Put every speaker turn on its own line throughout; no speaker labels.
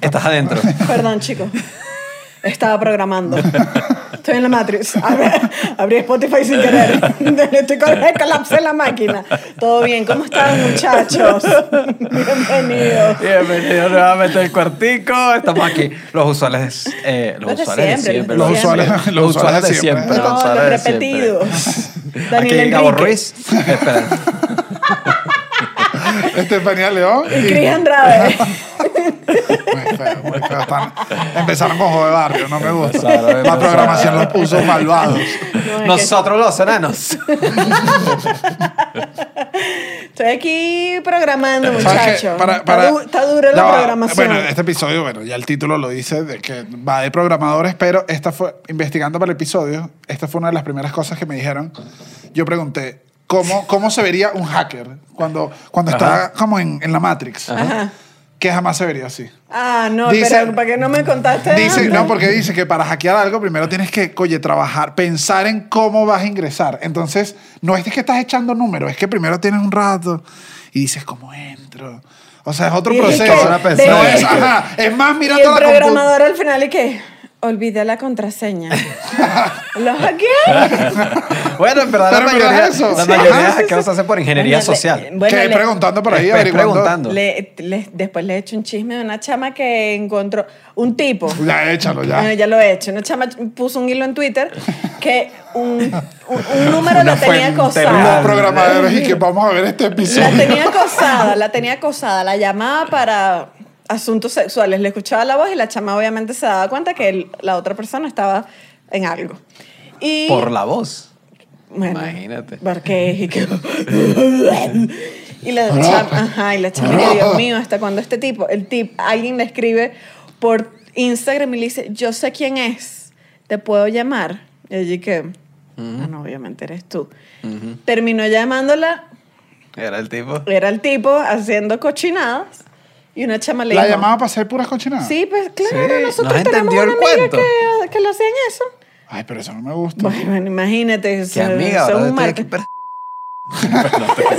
estás adentro.
Perdón, chicos. Estaba programando. Estoy en la Matrix. Abrí, abrí Spotify sin querer. Estoy con colapsé la máquina. Todo bien. ¿Cómo están, muchachos? Bienvenidos.
Bienvenido nuevamente al cuartico. Estamos aquí. Los usuales. eh, los
Los de
usuales de
siempre,
siempre.
los de
los
siempre.
usuales-
Los usuales de siempre.
los
No,
usuales
los
de siempre.
repetidos.
Aquí
Daniel
Gabo
Enrique.
Ruiz. Espera.
Estefanía León.
Y Cris Andrade.
Muy feo, muy feo. Están- empezaron con Jode Barrio, no me gusta.
Empezaron,
La
empezaron.
programación los puso malvados.
No, es que-
Nosotros los enanos.
Estoy aquí programando,
¿Sabes qué?
muchachos.
Para- para-
está, du- está dura la
Ya va.
programación.
Bueno, este episodio, bueno, ya el título lo dice, de que va de programadores, pero esta fue, investigando para el episodio, esta fue una de las primeras cosas que me dijeron. Yo pregunté, ¿cómo, cómo se vería un hacker cuando, cuando está como en, en la Matrix? Que jamás se vería así.
Ah, no,
Dice-
pero ¿para qué no me contaste?
Dice,
antes?
no, porque dice que para hackear algo primero tienes que, oye, trabajar, pensar en cómo vas a ingresar. Entonces, no es que estás echando números, es que primero tienes un rato y dices, ¿cómo entro? O sea, es otro
Dije
proceso.
que-
No
de-
es, ajá, es más
Y
mirando
el
la computadora.
programador al final y que olvidé la contraseña. ¿Los hackearon?
Bueno, en verdad
Pero
la
en verdad
mayoría,
es eso.
la
Sí.
mayoría
Ajá.
de hackeos se hace por ingeniería
Bueno, le-
social.
Bueno,
que
le-
preguntando por ahí,
Estoy
averiguando.
preguntando.
Le- le- después le he hecho un chisme de una chama que encontró un tipo.
Ya, échalo,
Bueno,
ya.
ya lo he hecho. Una chama puso un hilo en Twitter que un, un- un número
Una
la tenía
fuente
acosada.
Los
real.
programadores y que vamos a ver este
La
episodio.
tenía acosada, la tenía acosada. La llamaba para asuntos sexuales. Le escuchaba la voz y la chama obviamente se daba cuenta que el- la otra persona estaba en algo. Y,
Por la voz.
bueno,
Imagínate.
Porque y que- y la chama, ajá, y la chama que, Dios mío, ¿hasta cuando este tipo? El tip, alguien le escribe por Instagram y le dice, yo sé quién es, te puedo llamar. Y allí que, "Ah, no, obviamente eres tú. Terminó llamándola
Era el tipo.
era el tipo haciendo cochinadas y una chama le
La
dijo,
llamaba para hacer puras cochinadas.
Sí, pues claro,
Sí,
nosotros
nos
tenemos
entendió
una
el
amiga
cuento.
que, que le hacían eso.
Ay, pero eso no me gusta.
Bueno, imagínate.
Qué
eso-
amiga,
eso es
ahora
un
estoy
marco.
aquí per- Perdón, perdón.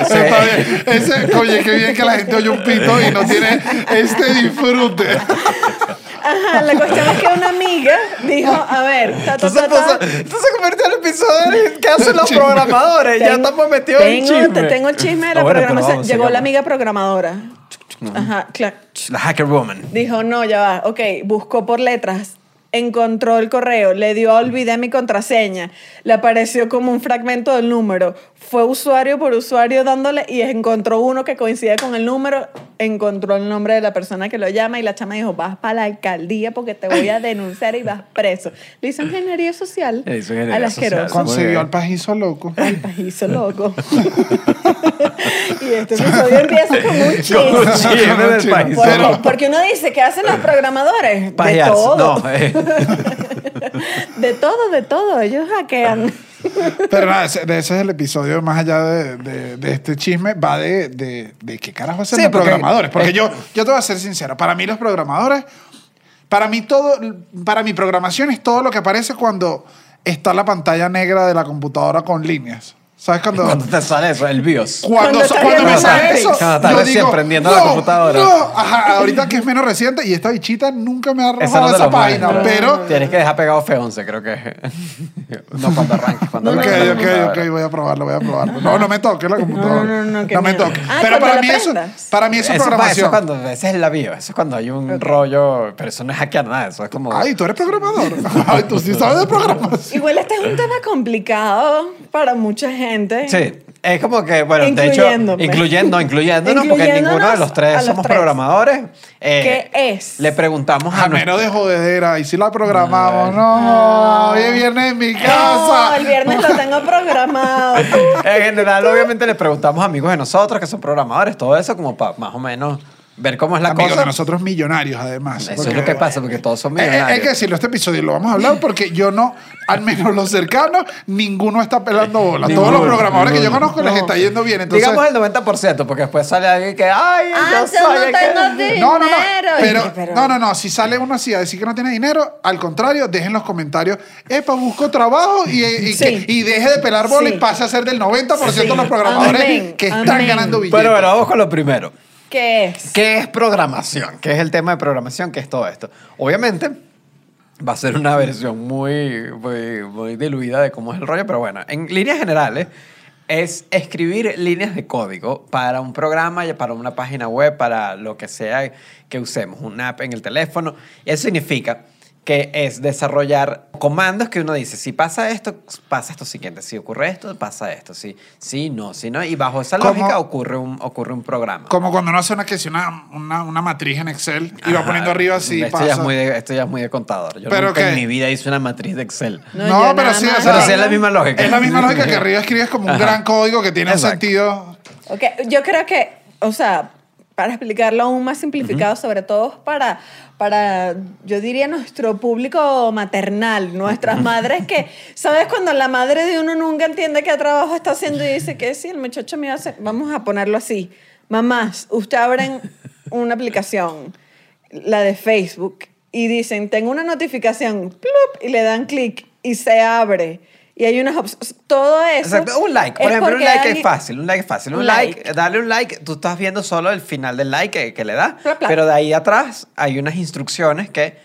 Eso está bien. Ese, oye, qué bien que la gente oye un pito y no tiene este disfrute.
Ajá, la cuestión es que una amiga dijo, a ver, ta, ta,
Entonces,
ta,
pues,
ta,
entonces se convirtió en el episodio en que hacen los
Chisme.
programadores. Ya
Tengo-
estamos metidos en
tengo-
chisme.
te- Tengo el chisme de
Ah,
la
bueno, pero
programación.
vamos,
Llegó la
sigamos.
amiga programadora. Ajá, clac.
La Hacker Woman.
Dijo, no, ya va, ok, buscó por letras, encontró el correo, le dio a olvidé mi contraseña, le apareció como un fragmento del número, fue usuario por usuario dándole y encontró uno que coincide con el número, encontró el nombre de la persona que lo llama y la chama dijo, vas para la alcaldía porque te voy a denunciar y vas preso. Le hizo ingeniería social
Le hizo ingeniería
al
social.
asqueroso.
Muy bien.
Concibió al pajizo loco.
Al pajizo pues loco. y este episodio empieza con un
Con un
chiste.
chisme
Con un
del
chisme.
país.
Porque,
Pero-
porque uno dice que hacen los programadores.
Pajearse.
De todo.
No, eh.
de todo, de todo. Ellos hackean.
Pero nada, ese, de ese es el episodio más allá de, de- de este chisme, va de, de, de qué carajo hacen
Sí,
los
porque-
programadores. Porque yo, yo te voy a ser sincero, para mí los programadores, para mí todo, para mi programación es todo lo que aparece cuando está la pantalla negra de la computadora con líneas. ¿Sabes cuando...
Cuando te sale eso, el BIOS.
Cuando
Cuando, so-
estás
cuando
viendo
me sale
Matrix.
eso,
Cuando estás
yo
recién
digo,
prendiendo
"No,
la computadora".
no". Ajá, ahorita que es menos reciente y esta bichita nunca me ha
Esa no
robado
te
esa,
lo
página,
muestra.
pero...
Tienes que dejar pegado F11, creo que. No, cuando arranques. Cuando
Ok,
arranques la
ok, ok,
computadora.
voy a probarlo, voy a probarlo. No, no me toques la computadora.
no, no, qué
me
miedo.
toques.
Ah,
Pero
cuando
para
la
mí, eso,
prendas.
para mí eso es
Eso, pa- eso es
programación.
cuando, ese es el avión, eso es cuando hay un rollo, pero eso no es hackear nada, eso es como...
Ay, tú eres programador. Ay, tú sí sabes de programación.
Igual este es un tema complicado para mucha gente.
Sí, es como que, bueno, de hecho,
Incluyéndome.
incluyendo, incluyéndonos, porque
Incluyéndonos
ninguno de los
a
tres
los
somos
tres.
programadores. Eh,
¿Qué es?
Le preguntamos a,
A
nuestro-
menos de jodedera. Y si la programamos, no. Hoy es viernes en mi casa.
No, el viernes lo tengo programado.
En general, obviamente, le preguntamos a amigos de nosotros que son programadores, todo eso, como para más o menos ver cómo es la
Amigos
cosa.
de nosotros millonarios, además.
Eso
porque-
es lo que pasa, porque todos son
Eh, eh,
millonarios.
hay que decirlo, este episodio lo vamos a hablar porque yo no, al menos los cercanos, ninguno está pelando bola. Todos los
Ninguno,
programadores que yo
ninguno.
conozco les
No.
está yendo bien. Entonces,
Digamos el 90%, porque después sale alguien que, ay, yo
yo
soy
no
el
tengo
que...
di-
No, no, no.
dinero.
Pero,
Pero-
no, no, no. Si sale uno así a decir que no tiene dinero, al contrario, dejen los comentarios. Epa, busco trabajo y, y,
Sí.
que- y deje de pelar bola
Sí.
y pase a ser del 90%
Sí.
los programadores
Amén,
que están
amén.
ganando billetes.
Pero bueno, vamos con lo primero.
¿Qué es?
¿Qué es programación? ¿Qué es el tema de programación? ¿Qué es todo esto? Obviamente va a ser una versión muy, muy, muy diluida de cómo es el rollo, pero bueno, en líneas generales es escribir líneas de código para un programa, ya para una página web, para lo que sea que usemos, una app en el teléfono. Eso significa que es desarrollar comandos que uno dice, si pasa esto, pasa esto siguiente, si ocurre esto, pasa esto, si, si no, si no, y bajo esa
¿Cómo?
lógica ocurre un, ocurre un programa.
Como cuando uno hace una, que si una, una, una matriz en Excel y va
Ajá.
poniendo arriba así.
Esto,
pasa.
Ya es muy de, esto ya es muy de contador. Yo
¿Pero
nunca en
qué?
mi vida hice una matriz de Excel.
No,
No,
yo
pero
nada
sí,
más.
o sea, Pero sí
es la misma lógica.
Es la misma lógica que arriba escribes como un
Ajá.
gran código que tiene
Exacto.
un sentido.
Ok, yo creo que, o sea, para explicarlo aún más simplificado, sobre todo para, para, yo diría, nuestro público maternal, nuestras madres que, ¿sabes? Cuando la madre de uno nunca entiende qué trabajo está haciendo y dice que sí, el muchacho me hace, vamos a ponerlo así. Mamás, usted abren una aplicación, la de Facebook, y dicen, tengo una notificación, plup, y le dan clic y se abre. Y hay unas opciones, todo eso.
Exacto, un like. Por
es
ejemplo, un
porque
like
alguien-
es fácil, un like es fácil. Un,
Un
like,
like.
dale un like, tú estás viendo solo el final del like que, que le das,
Pla, pla.
pero de ahí atrás hay unas instrucciones que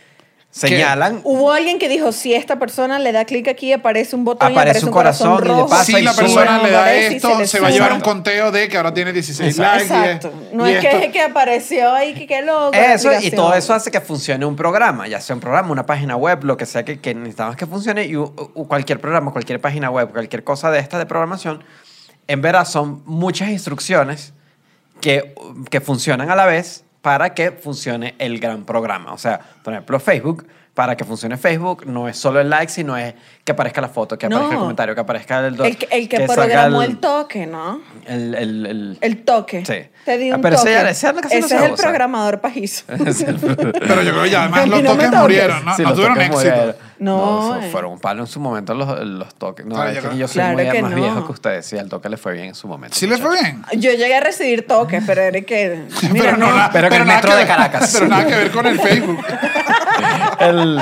señalan,
Hubo alguien que dijo, si esta persona le da clic aquí, aparece un botón y
Aparece
aparece
un
un corazón,
corazón y le
rojo.
pasa
si
y
la
sube.
persona le da
Aparece y
esto, se,
le
va a
sube.
llevar un conteo de que ahora tiene 16 likes. y
Exacto.
es-
No
y
es
esto.
que, que apareció ahí, que qué loco. la
eso y todo
aplicación.
eso hace que funcione un programa, ya sea un programa, una página web, lo que sea que, que necesitamos que funcione y u- u- cualquier programa, cualquier página web, cualquier cosa de esta de programación, en verdad son muchas instrucciones que, que funcionan a la vez para que funcione el gran programa. O sea, por ejemplo, Facebook, para que funcione Facebook, no es solo el like, sino es que aparezca la foto, que aparezca el
No.
comentario, que aparezca el... do-
El que, el que
salga
programó el, toque, ¿no?
el- el- el-
El toque.
Sí.
Te di
Ah,
un
pero ese
toque.
ya- ese ya casi no se
es el
usa.
programador pajizo.
Pero yo creo que ya
A
además
mí
los
no me
toques
toques.
murieron, ¿no?
Sí,
no
los
tuvieron
toques
éxito.
murieron.
No,
eso
eh.
fueron un palo en su momento los, los toques. No,
Claro,
es
yo
que
creo-
yo soy
Claro
muy,
que
más
no.
viejo que ustedes. Y al toque le fue bien en su momento.
Sí le fue
muchachos.
bien.
Yo llegué a recibir toques, pero era que. Mira,
pero no,
no.
nada-
pero en el
nada
metro
que
de
ver-
Caracas.
Pero nada que ver con el Facebook.
El-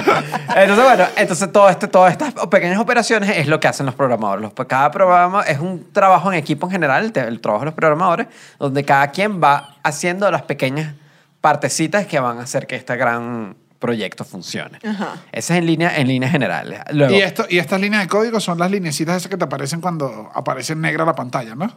entonces, bueno, entonces todo este, todas estas pequeñas operaciones es lo que hacen los programadores. Los, cada programa es un trabajo en equipo en general, el, te- el trabajo de los programadores, donde cada quien va haciendo las pequeñas partecitas que van a hacer que este gran proyecto funcione.
Ajá.
Esa es en línea, en líneas generales. Luego,
Y, esto, y estas líneas de código son las linecitas esas que te aparecen cuando aparece en negra la pantalla, ¿no?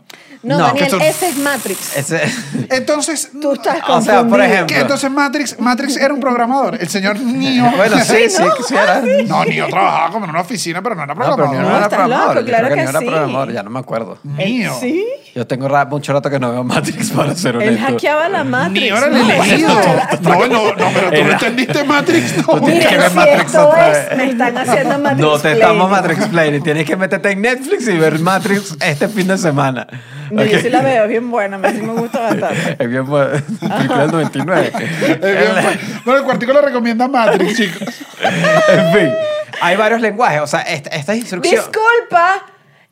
No,
No, Daniel,
que son-
ese es Matrix.
ese-
Entonces,
Tú estás
O sea, por
confundido.
ejemplo,
¿qué? entonces Matrix, Matrix era un programador. El señor Neo.
bueno, sí, sí, quisiera.
No, ah, Neo trabajaba como en una oficina, pero no era
No, pero ni
programador.
No,
no era
estás
programador.
loco,
yo
claro
creo que,
que
ni era
sí.
programador, ya no me acuerdo.
Neo.
Eh, Sí.
Yo tengo ra- mucho rato que no veo Matrix para ser
Él
honesto.
hackeaba la Matrix.
Neo era el
¿no?
elegido. No, no, no, pero tú no
Era-
entendiste Matrix. No.
Tienes
Mira,
que ver
si
Matrix
esto
otra
es,
vez.
me están haciendo Matrix
No te
Play.
estamos Matrix Play. Tienes que meterte en Netflix y ver Matrix este fin de semana.
No, Yo
Ok.
sí la veo, es bien buena, me, sí me gusta bastante.
Es bien bueno. Película del 99.
Eh, bien, pues, Bueno, el cuartico le recomienda Matrix, chicos.
en fin, hay varios lenguajes. O sea, esta, esta instrucción.
Disculpa,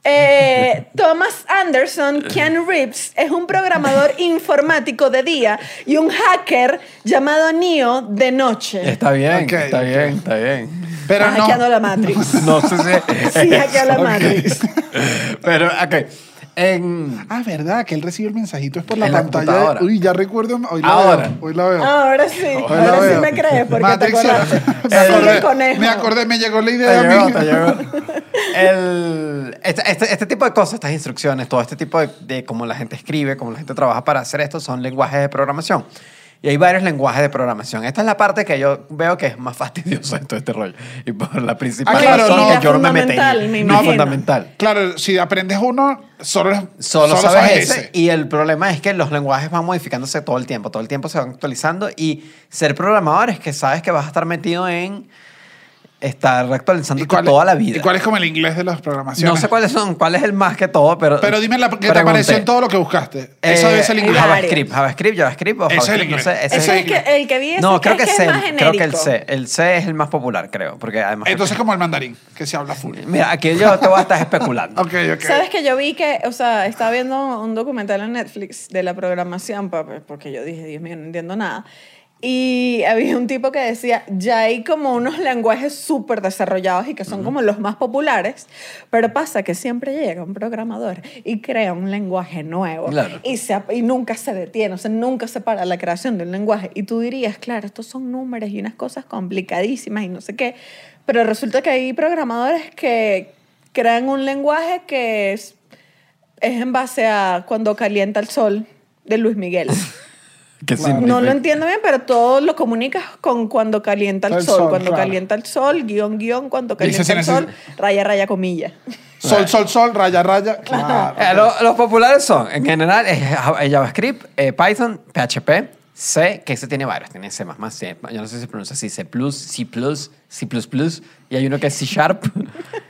eh, Thomas Anderson, Ken Reeves, es un programador informático de día y un hacker llamado Neo de noche.
Está bien,
Ok,
está
ok.
bien, está bien.
Pero
Está hackeando
no.
la Matrix.
No sé si.
Sí, hackea la
Ok.
Matrix.
Pero, ok. En.
Ah, verdad, que él recibe el mensajito es por la
En la
pantalla.
computadora.
de- Uy, ya recuerdo. Hoy la
Ahora.
veo. Hoy la veo.
Ahora sí,
Hoy la
Ah, ahora sí
veo.
me crees porque
Matrix
te
era-
acordaste. Sigue
Me
Eh,
el
acordé,
conejo.
me acordé, me llegó la idea.
Te
a
llegó,
mí.
te llegó. El- este, este- este tipo de cosas, estas instrucciones, todo este tipo de, de cómo la gente escribe, cómo la gente trabaja para hacer esto, son lenguajes de programación. Y hay varios lenguajes de programación. Esta es la parte que yo veo que es más fastidiosa de todo este rollo. Y por la principal
Ah, claro,
razón
no.
que
La
yo no me metería.
fundamental, me
No,
imagino.
fundamental.
Claro, si aprendes uno, solo,
Solo, sabes, ese. Y el problema es que los lenguajes van modificándose todo el tiempo. Todo el tiempo se van actualizando. Y ser programador es que sabes que vas a estar metido en estar actualizando toda la vida.
¿Y cuál es como el inglés de las programaciones?
No sé cuáles son, cuál es el más que todo, pero.
Pero dime la que te
pregunté.
apareció en todo lo que buscaste. Eso
Eh,
debe ser el inglés.
Java.
JavaScript, JavaScript, JavaScript. o
Ese es el
JavaScript,
inglés.
no sé, ese
Ese es el que, el que vi, ese
No, creo
que
que,
es
C,
más
creo que el
genérico.
C. El C es el más popular, creo, porque además.
Entonces como el mandarín, que se habla full.
Mira, aquí yo te voy a estar especulando.
Ok, ok.
¿Sabes que yo vi que, o sea, estaba viendo un documental en Netflix de la programación, pa- porque yo dije, Dios mío, no entiendo nada. Y había un tipo que decía, ya hay como unos lenguajes súper desarrollados y que son como los más populares, pero pasa que siempre llega un programador y crea un lenguaje nuevo
Claro.
y, se ap- y nunca se detiene, o sea, nunca se para la creación de un lenguaje. Y tú dirías, claro, estos son números y unas cosas complicadísimas y no sé qué, pero resulta que hay programadores que crean un lenguaje que es, es en base a cuando calienta el sol de Luis Miguel.
¿Qué
No lo
significa?
entiendo bien, pero todo lo comunicas con cuando calienta el,
El
sol,
sol,
Cuando
claro.
calienta el sol, guión, guión, cuando
Dice,
calienta el
si
sol,
neces-
raya, raya, comilla.
Sol, sol, sol, raya, raya.
Eh,
Claro.
lo- los populares son, en general, es Java- eh, JavaScript, eh, Python, PHP, C, que ese tiene varios, tiene C++, C, yo no sé si se pronuncia así, C++, C++, C++, y hay uno que es C Sharp,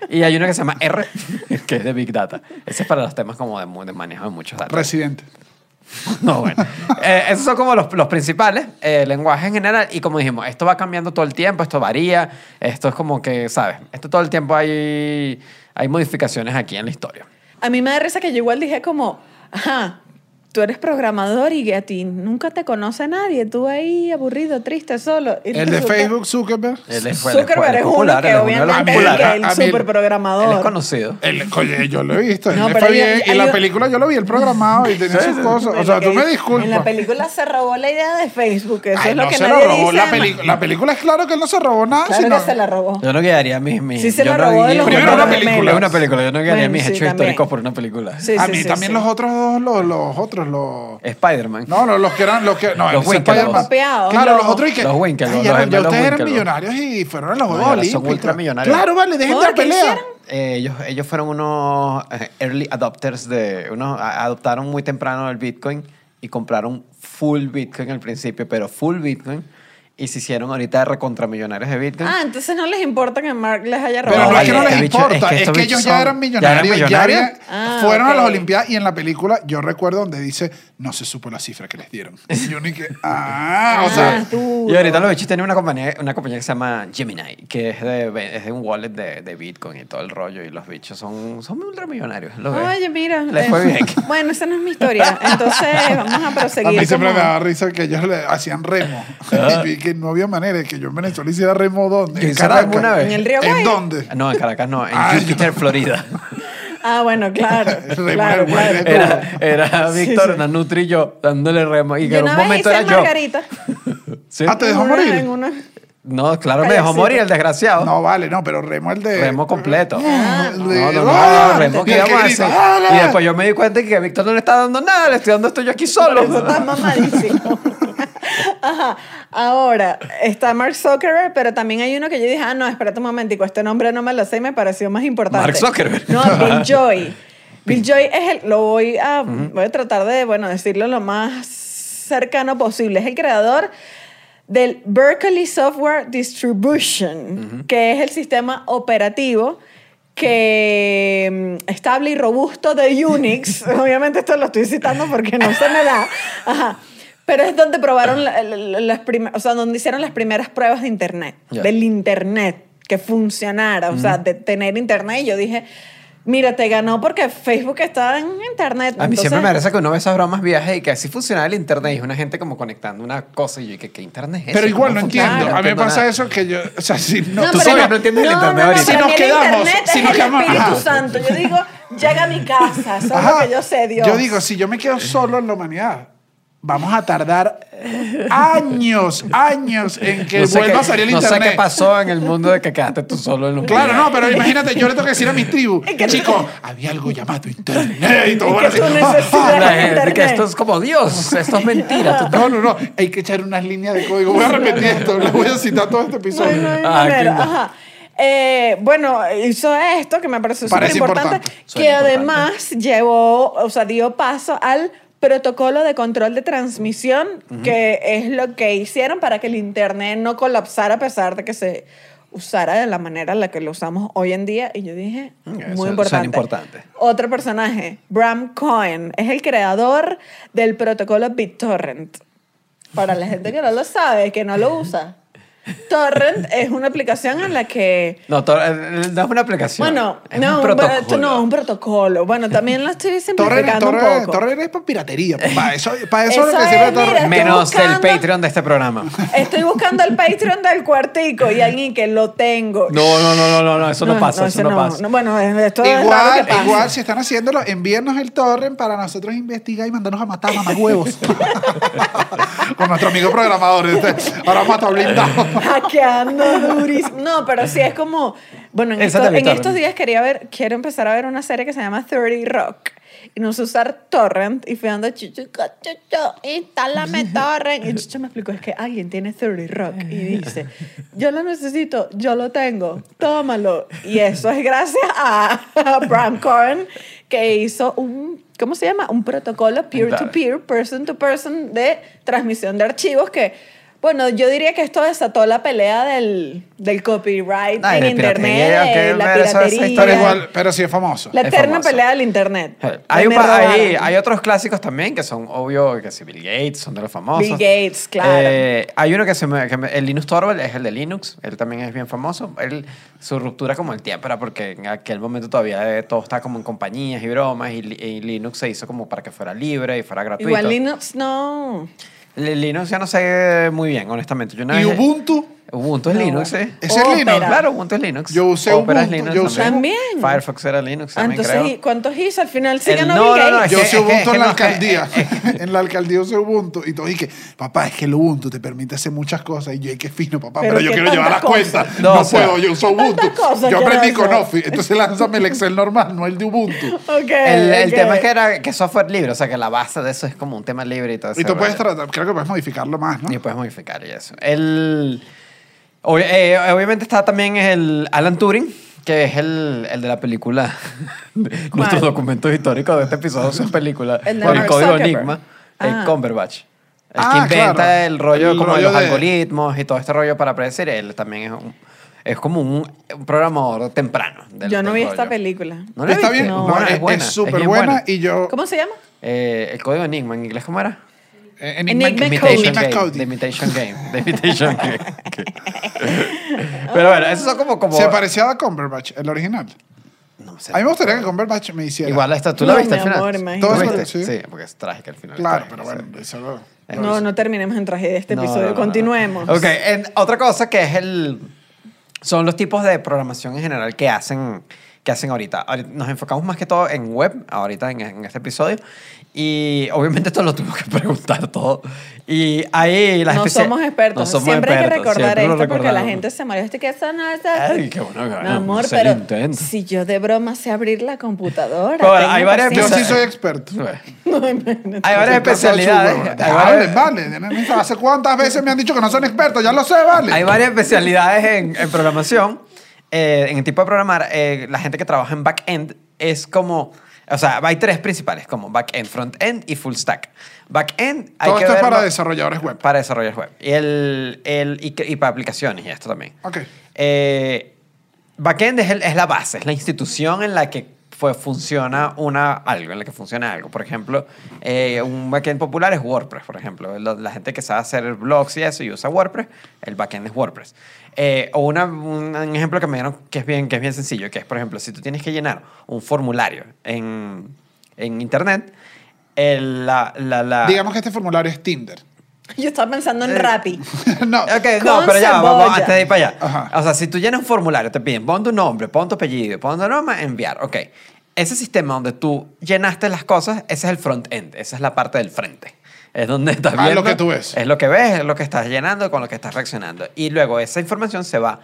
y hay uno que se llama R, que es de Big Data. Ese es para los temas como de, mu- de manejo de muchos datos.
Residente.
No, bueno. Eh, esos son como los, los principales eh, lenguajes en general. Y como dijimos, esto va cambiando todo el tiempo, esto varía. Esto es como que, ¿sabes? Esto todo el tiempo hay, hay modificaciones aquí en la historia.
A mí me da risa que yo igual dije como, ajá, tú eres programador y a ti nunca te conoce nadie, tú ahí aburrido, triste, solo. Y
El de
resulta-
Facebook, Zuckerberg.
Él es- él es-
Zuckerberg
él
es uno
popular,
que
él es uno de los
obviamente es
populares.
que el
A mí-
super
Él es
programador.
conocido.
El, oye, yo lo he visto.
No,
él
pero hay-
fue bien.
hay-
y la
hay-
película yo lo vi el programado y tenía sus cosas. O sea, tú me disculpas.
En la película se robó la idea de Facebook, eso
Ay,
es lo
no
que
se
nadie
lo robó.
dice.
La,
además.
pelicu- la película es claro que él no se robó nada.
Claro
sino-
que se la robó.
Yo no quedaría mis... mis
Sí se
yo
la
no
robó de
haría-
los
Primero una gemelos. película.
Una película. Yo no quedaría
Bueno,
mis
sí,
hechos
también.
históricos por una película.
Sí,
a
sí,
mí
sí,
también
sí.
los otros dos, los, los otros, los.
Spider-Man.
No, no, los que eran. Los que, no,
Los
ese
Winklevoss.
Spider-Man.
Copiados.
Claro, los
Los-
otros y que.
los Winklevoss,
Ay, ya,
los
ya
gemelos
ustedes eran
Winklevoss.
millonarios y fueron a los
ahora
Juegos
son
Olímpicos.
ultramillonarios.
Claro, vale, dejen
Joder,
de
¿qué
pelear.
hicieron?
Eh, ellos, ellos fueron unos eh, early adopters de. Unos a- adoptaron muy temprano el Bitcoin y compraron full Bitcoin al principio, pero full Bitcoin. Y se hicieron ahorita recontramillonarios de Bitcoin.
Ah, entonces no les importa que Mark les haya
Pero
robado.
no
vale,
es que no
este
les
bicho-
importa,
es que
es que,
estos bichos
ellos
son-
ya eran
ya eran
millonarios, ya
millonarios.
habían-
Ah,
fueron a las
ok.
Olimpiadas y en la película yo recuerdo donde dice, no se supo la cifra que les dieron. Y yo ni que, ah, o sea,
Y ahorita los bichos tienen una compañía, una compañía que se llama Gemini, que es de, ve- es de un wallet de, de Bitcoin y todo el rollo. Y los bichos son, son ultramillonarios. ¿lo ves?
Oye, mira.
Les fue
eh,
bien.
Bueno, esa no es mi historia. Entonces, vamos a
a
proseguir.
mí siempre
como-
me daba risa que ellos le hacían remo. Y yo, y que no había manera de que yo en Venezuela hiciera remo
Ah.
donde.
Yo
¿En
hice remo
Caracas?
una vez.
En el río
¿En
Guaira.
dónde?
No, en Caracas no, en
Ah, yo-
Jupiter, Florida.
Ah, bueno, claro.
Remo
claro,
en el
claro.
hueco.
Era, era
Sí,
Víctor,
sí.
una nutri y yo dándole remo. Y que
Yo
en un
una vez
momento
hice
era
en
yo.
Margarita.
Sí.
Ah, ¿Te dejó
En una-
morir?
en una-
No, claro, me dejó
Callecito.
morir el desgraciado.
No, vale, no, pero remo el de.
Remo completo.
Ah,
No,
de-
no, no,
¡Ah!
no, remo que
Y el que
íbamos a
grita,
hacer.
¡Ah!
Y después yo me di cuenta que a Víctor no le está dando nada, le estoy dando esto yo aquí solo.
Eso está mamadísimo. Ajá. Ahora, está Mark Zuckerberg, pero también hay uno que yo dije, ah, no, espérate un momentico, este nombre no me lo sé y me pareció más importante.
Mark Zuckerberg.
No, Bill Joy. Bill Joy es el, lo voy a, voy a tratar de, bueno, decirlo lo más cercano posible. Es el creador del Berkeley Software Distribution, que es el sistema operativo que mm, estable y robusto de Unix. Obviamente esto lo estoy citando porque no se me da. Ajá. Pero es donde probaron la- la- la- las primeras, o sea, donde hicieron las primeras pruebas de internet,
Ya.
del internet que funcionara, o sea, de tener internet. Y yo dije, mira, te ganó porque Facebook está en internet.
A mí
Entonces-
siempre me parece que uno ve esas bromas viajes y que así funciona el internet y es una gente como conectando una cosa y yo y que qué internet es
Pero
ese?
igual
¿Cómo
no
funciona?
entiendo.
No
A mí me
entiendo
pasa
nada.
eso que yo. O sea, si no.
tú
pero
sabes, no entiendes el internet ahorita. Ah.
pero
Si nos
a mí el
quedamos,
internet
si
es
nos
el
quedamos-
Espíritu
Ajá.
Santo. Yo digo, llega a mi casa. Eso es lo
Ajá.
que yo sé, Dios.
Yo digo, si yo me quedo solo en la humanidad, vamos a tardar años, años en que
No sé
vuelva
qué-
a salir el
no
internet.
sé qué pasó en el mundo de que quedaste tú solo en un
Claro,
lugar.
no, pero imagínate, yo le tengo que decir a mis tribus,
Es que-
chicos, había algo llamado internet y todo.
Y que
así,
tú necesitas-
La
en
gente que
internet.
esto es como Dios, esto es mentira. tú-
No, no, no, hay que echar unas líneas de código. Voy a repetir esto, les voy a citar todo este
No,
episodio.
no hay
Ah,
manera.
qué mal.
Ajá. Eh, bueno, hizo esto que me pareció súper
Parece
importante,
importante.
Suena
que
importante.
además llevó, o sea, dio paso al protocolo de control de transmisión, que es lo que hicieron para que el Internet no colapsara a pesar de que se usara de la manera en la que lo usamos hoy en día. Y yo dije,
Ok,
muy
suena- suena
importante.
importante.
Otro personaje, Bram Cohen, es el creador del protocolo BitTorrent. Para la gente que no lo sabe, que no lo usa. Torrent es una aplicación en la que...
No, to- eh, no es una aplicación.
Bueno,
es
no,
un
un
protocolo.
pro- no, un protocolo. Bueno, también lo estoy
Torre,
simplificando un
torre,
poco.
torre es para piratería. Para eso, para eso, es
Eso
lo que sirve
es,
Torre.
mira.
Menos
Estoy
el
buscando-
Patreon de este programa.
Estoy buscando el Patreon del cuartico y alguien que lo tengo.
No, no, no, no, no, no, eso no, pasa,
ese
eso no, pasa.
no, bueno, esto es raro que
Igual,
pase.
igual, si están haciéndolo, envíennos el torrent para nosotros investigar y mandarnos a matar a más huevos. Con nuestro amigo programador. este, Ahora vamos a estar blindados.
Hackeando durísimo. No, pero sí es como. Bueno, en,
Esa
esto-
también
en
torrent.
estos días quería ver, quiero empezar a ver una serie que se llama 30 Rock. Y no sé usar torrent. Y fui andando, chuchu, chucho, instálame torrent. Y Chucho me explicó, es que alguien tiene 30 Rock. Y dice, yo lo necesito, yo lo tengo, tómalo. Y eso es gracias a, a Bram Corn, que hizo un, ¿cómo se llama? Un protocolo peer-to-peer
Claro.
peer, person to person de transmisión de archivos que, bueno, yo diría que esto desató la pelea del, del copyright
Ay,
en
de
internet,
piratería,
de
que
la
ver, eso- esa
piratería.
historia
Pero igual, pero sí es famoso.
la
es
eterna
famoso.
pelea del internet.
Hay,
De
un
me
pa-
robaron.
hay, hay otros clásicos también que son obvio que sí, Bill Gates, son de los famosos.
Bill Gates, claro.
Eh, hay uno que se me, que me- el Linus Torvald es el de Linux, él también es bien famoso. Él, su ruptura como el tiempo era porque en aquel momento todavía eh, todo estaba como en compañías y bromas y, li- y Linux se hizo como para que fuera libre y fuera gratuito.
Igual Linux no.
Li- Linux ya no sé muy bien, honestamente. Yo una
Y
vez-
Ubuntu.
Ubuntu es
No, Oh,
Linux,
bueno.
¿eh?
Ese es
Opera.
Linux.
Claro, Ubuntu es Linux.
Yo usé
Opera es
Ubuntu,
Linux
yo usé
también.
Ubuntu.
Firefox era Linux
Ah,
también,
Entonces,
creo.
¿y ¿cuántos hizo? Al final sí
El-
ganó
no,
Bill
no, no, es
Gates.
Yo
que-
usé
es
Ubuntu
que
en la
no, es que-
alcaldía. En la alcaldía usé Ubuntu. Y todos dije, papá, es que el Ubuntu te permite hacer muchas cosas. Y yo, ay, qué fino, papá,
Pero
pero, yo
qué
quiero llevar las
tantas
cuentas.
cosas.
No,
No,
o sea,
puedo, yo uso
tantas
Ubuntu.
cosas
Yo
que
aprendí
lanzar.
con Office. Entonces lánzame el Excel normal, no el de Ubuntu.
Ok,
El, el
ok.
tema es que era que software libre, o sea que la base de eso es como un tema libre y todo eso.
Y tú puedes tratar, creo que puedes modificarlo más, ¿no?
Y puedes modificar y eso. El, obvi- eh, obviamente está también el Alan Turing, que es el, el de la película. Nuestros documentos históricos de este episodio son películas.
El
El,
de Mark
código
Zuckerberg.
Enigma,
Ah.
el Cumberbatch. El
Ah,
que inventa
claro.
el rollo
El
como de
rollo
los
de-
algoritmos y todo este rollo para predecir. Él también es, un- es como un, un programador temprano. del-
Yo no
del
vi
rollo.
esta película.
¿No la
Está
viste?
bien,
No.
bueno,
es
es-
buena,
es
es
súper
bien
buena.
buena.
y yo.
¿Cómo se llama?
Eh, el código Enigma, ¿en inglés cómo era?
Eh,
Enigma
Imitation
Enigma
Game. The Imitation Game. The Imitation Game. Pero bueno, eso son como... como
Se parecía a Cumberbatch, el original.
No sé.
A mí me gustaría que Cumberbatch me hiciera.
Igual esta, tú
No,
la viste
mi
al final.
amor,
¿Tú la
imagínate.
viste? Sí.
Sí.
porque es trágica al final.
Claro,
es
pero
trágica,
bueno, eso lo-
Es
No, no terminemos en tragedia este
No,
episodio.
no, no, no.
Continuemos.
Ok, en- otra cosa que es el... Son los tipos de programación en general que hacen, que hacen ahorita. Ahori- Nos enfocamos más que todo en web, ahorita en, en este episodio. Y obviamente esto lo tuvimos que preguntar todo. Y ahí las
no
especia-
somos expertos.
No somos
siempre hay que
expertos,
recordar
siempre lo
esto porque la
recordamos.
gente se molesta y que eso no es...
Ay, qué bueno que
Mi
ganamos,
amor,
es el
pero
intento.
si yo de broma sé abrir la computadora.
Pero bueno,
tengo
hay varias
Yo
paciencia.
sí
Entonces-
soy experto.
Hay varias
Soy experto de
especialidades.
su-
Hay
Vale,
varias,
Ah, vale. no me- ¿Hace cuántas veces me han dicho que no son expertos? Ya lo sé, vale.
hay varias especialidades en, en programación. Eh, en el tipo de programar, eh, la gente que trabaja en backend es como. O sea, hay tres principales, como backend, frontend y full stack. Backend hay
Todo
que
esto es
verlo-
para desarrolladores web.
Para desarrollar web. Y, el, el- y, que- y para aplicaciones y esto también.
Ok.
Eh, backend es, el- es la base, es la institución en la que fue, funciona una, algo, en la que funciona algo. Por ejemplo, eh, un backend popular es WordPress, por ejemplo. La, la gente que sabe hacer blogs y eso y usa WordPress, el backend es WordPress. Eh, o una- un, un ejemplo que me dieron que es, bien, que es bien sencillo, que es, por ejemplo, si tú tienes que llenar un formulario en, en Internet, el- la- la- la-
Digamos que este formulario es Tinder.
Yo estaba pensando
Eh.
en Rappi.
no.
Ok,
Con
no, pero ya,
cebolla.
vamos antes de ir para allá.
Ajá.
O sea, si tú llenas un formulario, te piden, pon tu nombre, pon tu apellido, pon tu nombre, enviar. Ok. Ese sistema donde tú llenaste las cosas, ese es el front-end, esa es la parte del frente. Es donde estás
Ah,
viendo.
lo que tú ves.
Es lo que ves, es lo que estás llenando, con lo que estás reaccionando. Y luego esa información se va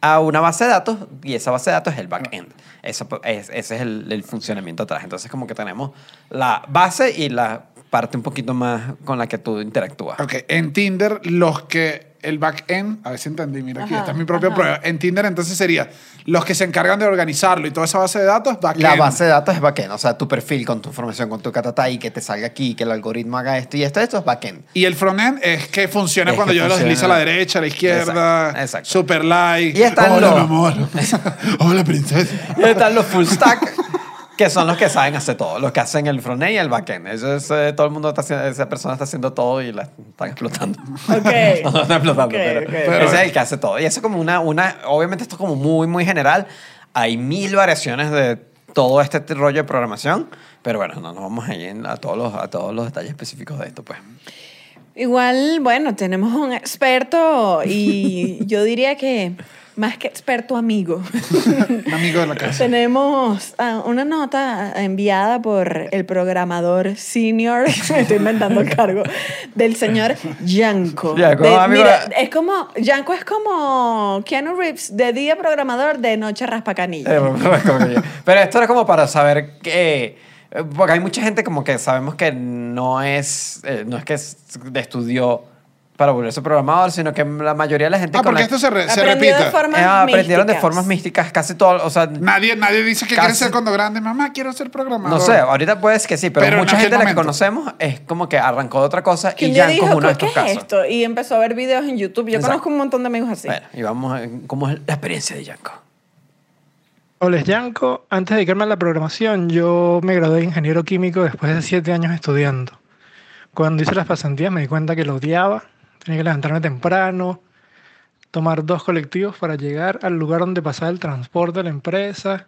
a una base de datos y esa base de datos es el back-end. Eso po- es- ese es el, el funcionamiento atrás. Entonces, como que tenemos la base y la parte un poquito más con la que tú interactúas.
Ok, en Tinder, los que. El backend, a ver si entendí, mira aquí,
Ajá,
esta es mi propia
ajá.
prueba. En Tinder, entonces sería los que se encargan de organizarlo y toda esa base de datos, backend.
La base de datos es backend, o sea, tu perfil con tu información, con tu catata y que te salga aquí, que el algoritmo haga esto y esto, esto es backend.
Y el frontend es que funciona
Es
cuando
que
yo
funciona.
lo deslizo a la derecha, a la izquierda,
Exacto, exacto.
super like.
Y están
Hola,
los-
mi amor. Hola, princesa.
Y están los full stack, que son los que saben hacer todo, los que hacen el frontend y el backend. Eso es, eh, todo el mundo está haciendo, esa persona está haciendo todo y la están explotando.
Ok.
no, no están explotando,
Ok,
pero,
ok,
pero
ok.
ese es el que hace todo. Y eso es como una, una, obviamente esto es como muy, muy general. Hay mil variaciones de todo este t- rollo de programación, pero bueno, no nos vamos a ir a todos los, a todos los detalles específicos de esto, pues.
Igual, bueno, tenemos un experto y yo diría que más que experto amigo.
Un amigo de la casa.
tenemos ah, una nota enviada por el programador senior, me estoy inventando el cargo, del señor Yanko.
Yanko,
De-
amigo.
mira, es como, Yanko es como Keanu Reeves, de día programador, de noche raspacanilla.
Eh, como que yo. Pero esto era como para saber que. eh, Porque hay mucha gente como que sabemos que no es. eh, no es que es- estudió para volverse programador, sino que la mayoría de la gente.
Ah,
con
porque
la-
esto se, re- se
Aprendió de
repite.
forma-
eh, aprendieron de
místicas.
formas místicas casi todo. O sea, no
Nadie, nadie dice que quiere
Casi.
ser cuando grande. Mamá, quiero ser programador.
sé, ahorita puedes que sí, pero,
Pero en
mucha
aquel
gente de la que
momento.
conocemos es como que arrancó de otra cosa
Que
y
un
ya
día
es
dijo,
uno de
¿qué
estos
es
casos.
esto? Y empezó a ver videos en YouTube. Yo
Exacto.
conozco un montón de amigos así.
Bueno, y vamos a ver cómo es la experiencia de Yanko.
Hola, es Yanko. Antes de dedicarme a la programación, yo me gradué de ingeniero químico después de siete años estudiando. Cuando hice las pasantías me di cuenta que lo odiaba. Tenía que levantarme temprano, tomar dos colectivos para llegar al lugar donde pasaba el transporte de la empresa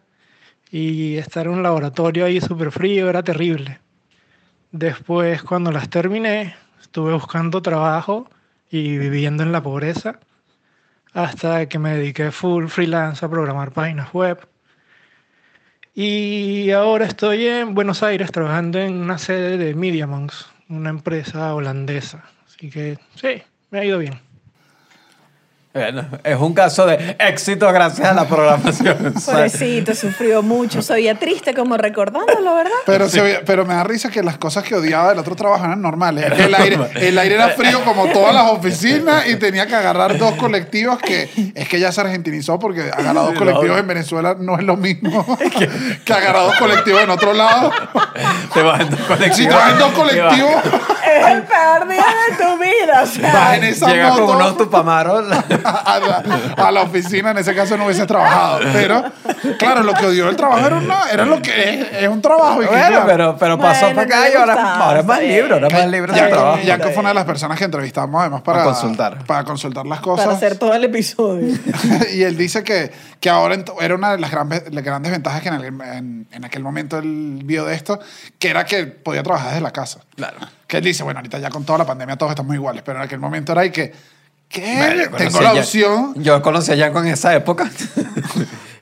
y estar en un laboratorio ahí súper frío, era terrible. Después, cuando las terminé, estuve buscando trabajo y viviendo en la pobreza hasta que me dediqué full freelance a programar páginas web. Y ahora estoy en Buenos Aires trabajando en una sede de MediaMonks, una empresa holandesa. Así que sí, me ha ido bien.
Bueno, es un caso de éxito gracias a la programación. ¿sabes?
Pobrecito, sufrió mucho. Se oía triste como recordándolo, ¿verdad?
Pero, se ve- pero me da risa que las cosas que odiaba del otro trabajo eran normales. El aire, el aire era frío como todas las oficinas y tenía que agarrar dos colectivos que es que ya se argentinizó porque agarrar dos
Sí,
colectivos
no.
en Venezuela no es lo mismo que agarrar dos colectivos en otro lado.
Te vas en dos colectivos.
Si traes dos
Te vas-
colectivos,
Es el peor día de tu vida. O
Vas
sea,
en esa
Llegas
moto.
con unos tupamaros.
a la, a la oficina, en ese caso no hubiese trabajado. Pero, claro, lo que odió el trabajo era, una- era lo que es, es un trabajo. Y que,
bueno,
claro,
pero, pero pasó
Bueno,
para
no
acá
le
y ahora,
gustaba,
ahora es más
está
libre, ahora es más
bien.
libre
Ya,
del
ya,
trabajo.
Yanko, Yanko fue una de las personas que entrevistamos además para,
Para consultar.
para consultar las cosas.
para hacer todo el episodio.
y él dice que, que ahora ent- era una de las, gran ve- las grandes ventajas que en, el- en- en aquel momento él vio de esto, que era que podía trabajar desde la casa.
Claro.
Que él dice, bueno, ahorita ya con toda la pandemia todos estamos iguales, pero en aquel momento era y que, ¿qué?
Bueno, yo conocí
Tengo
a
la
Yan-
opción.
Yo conocí a Yanko en esa época.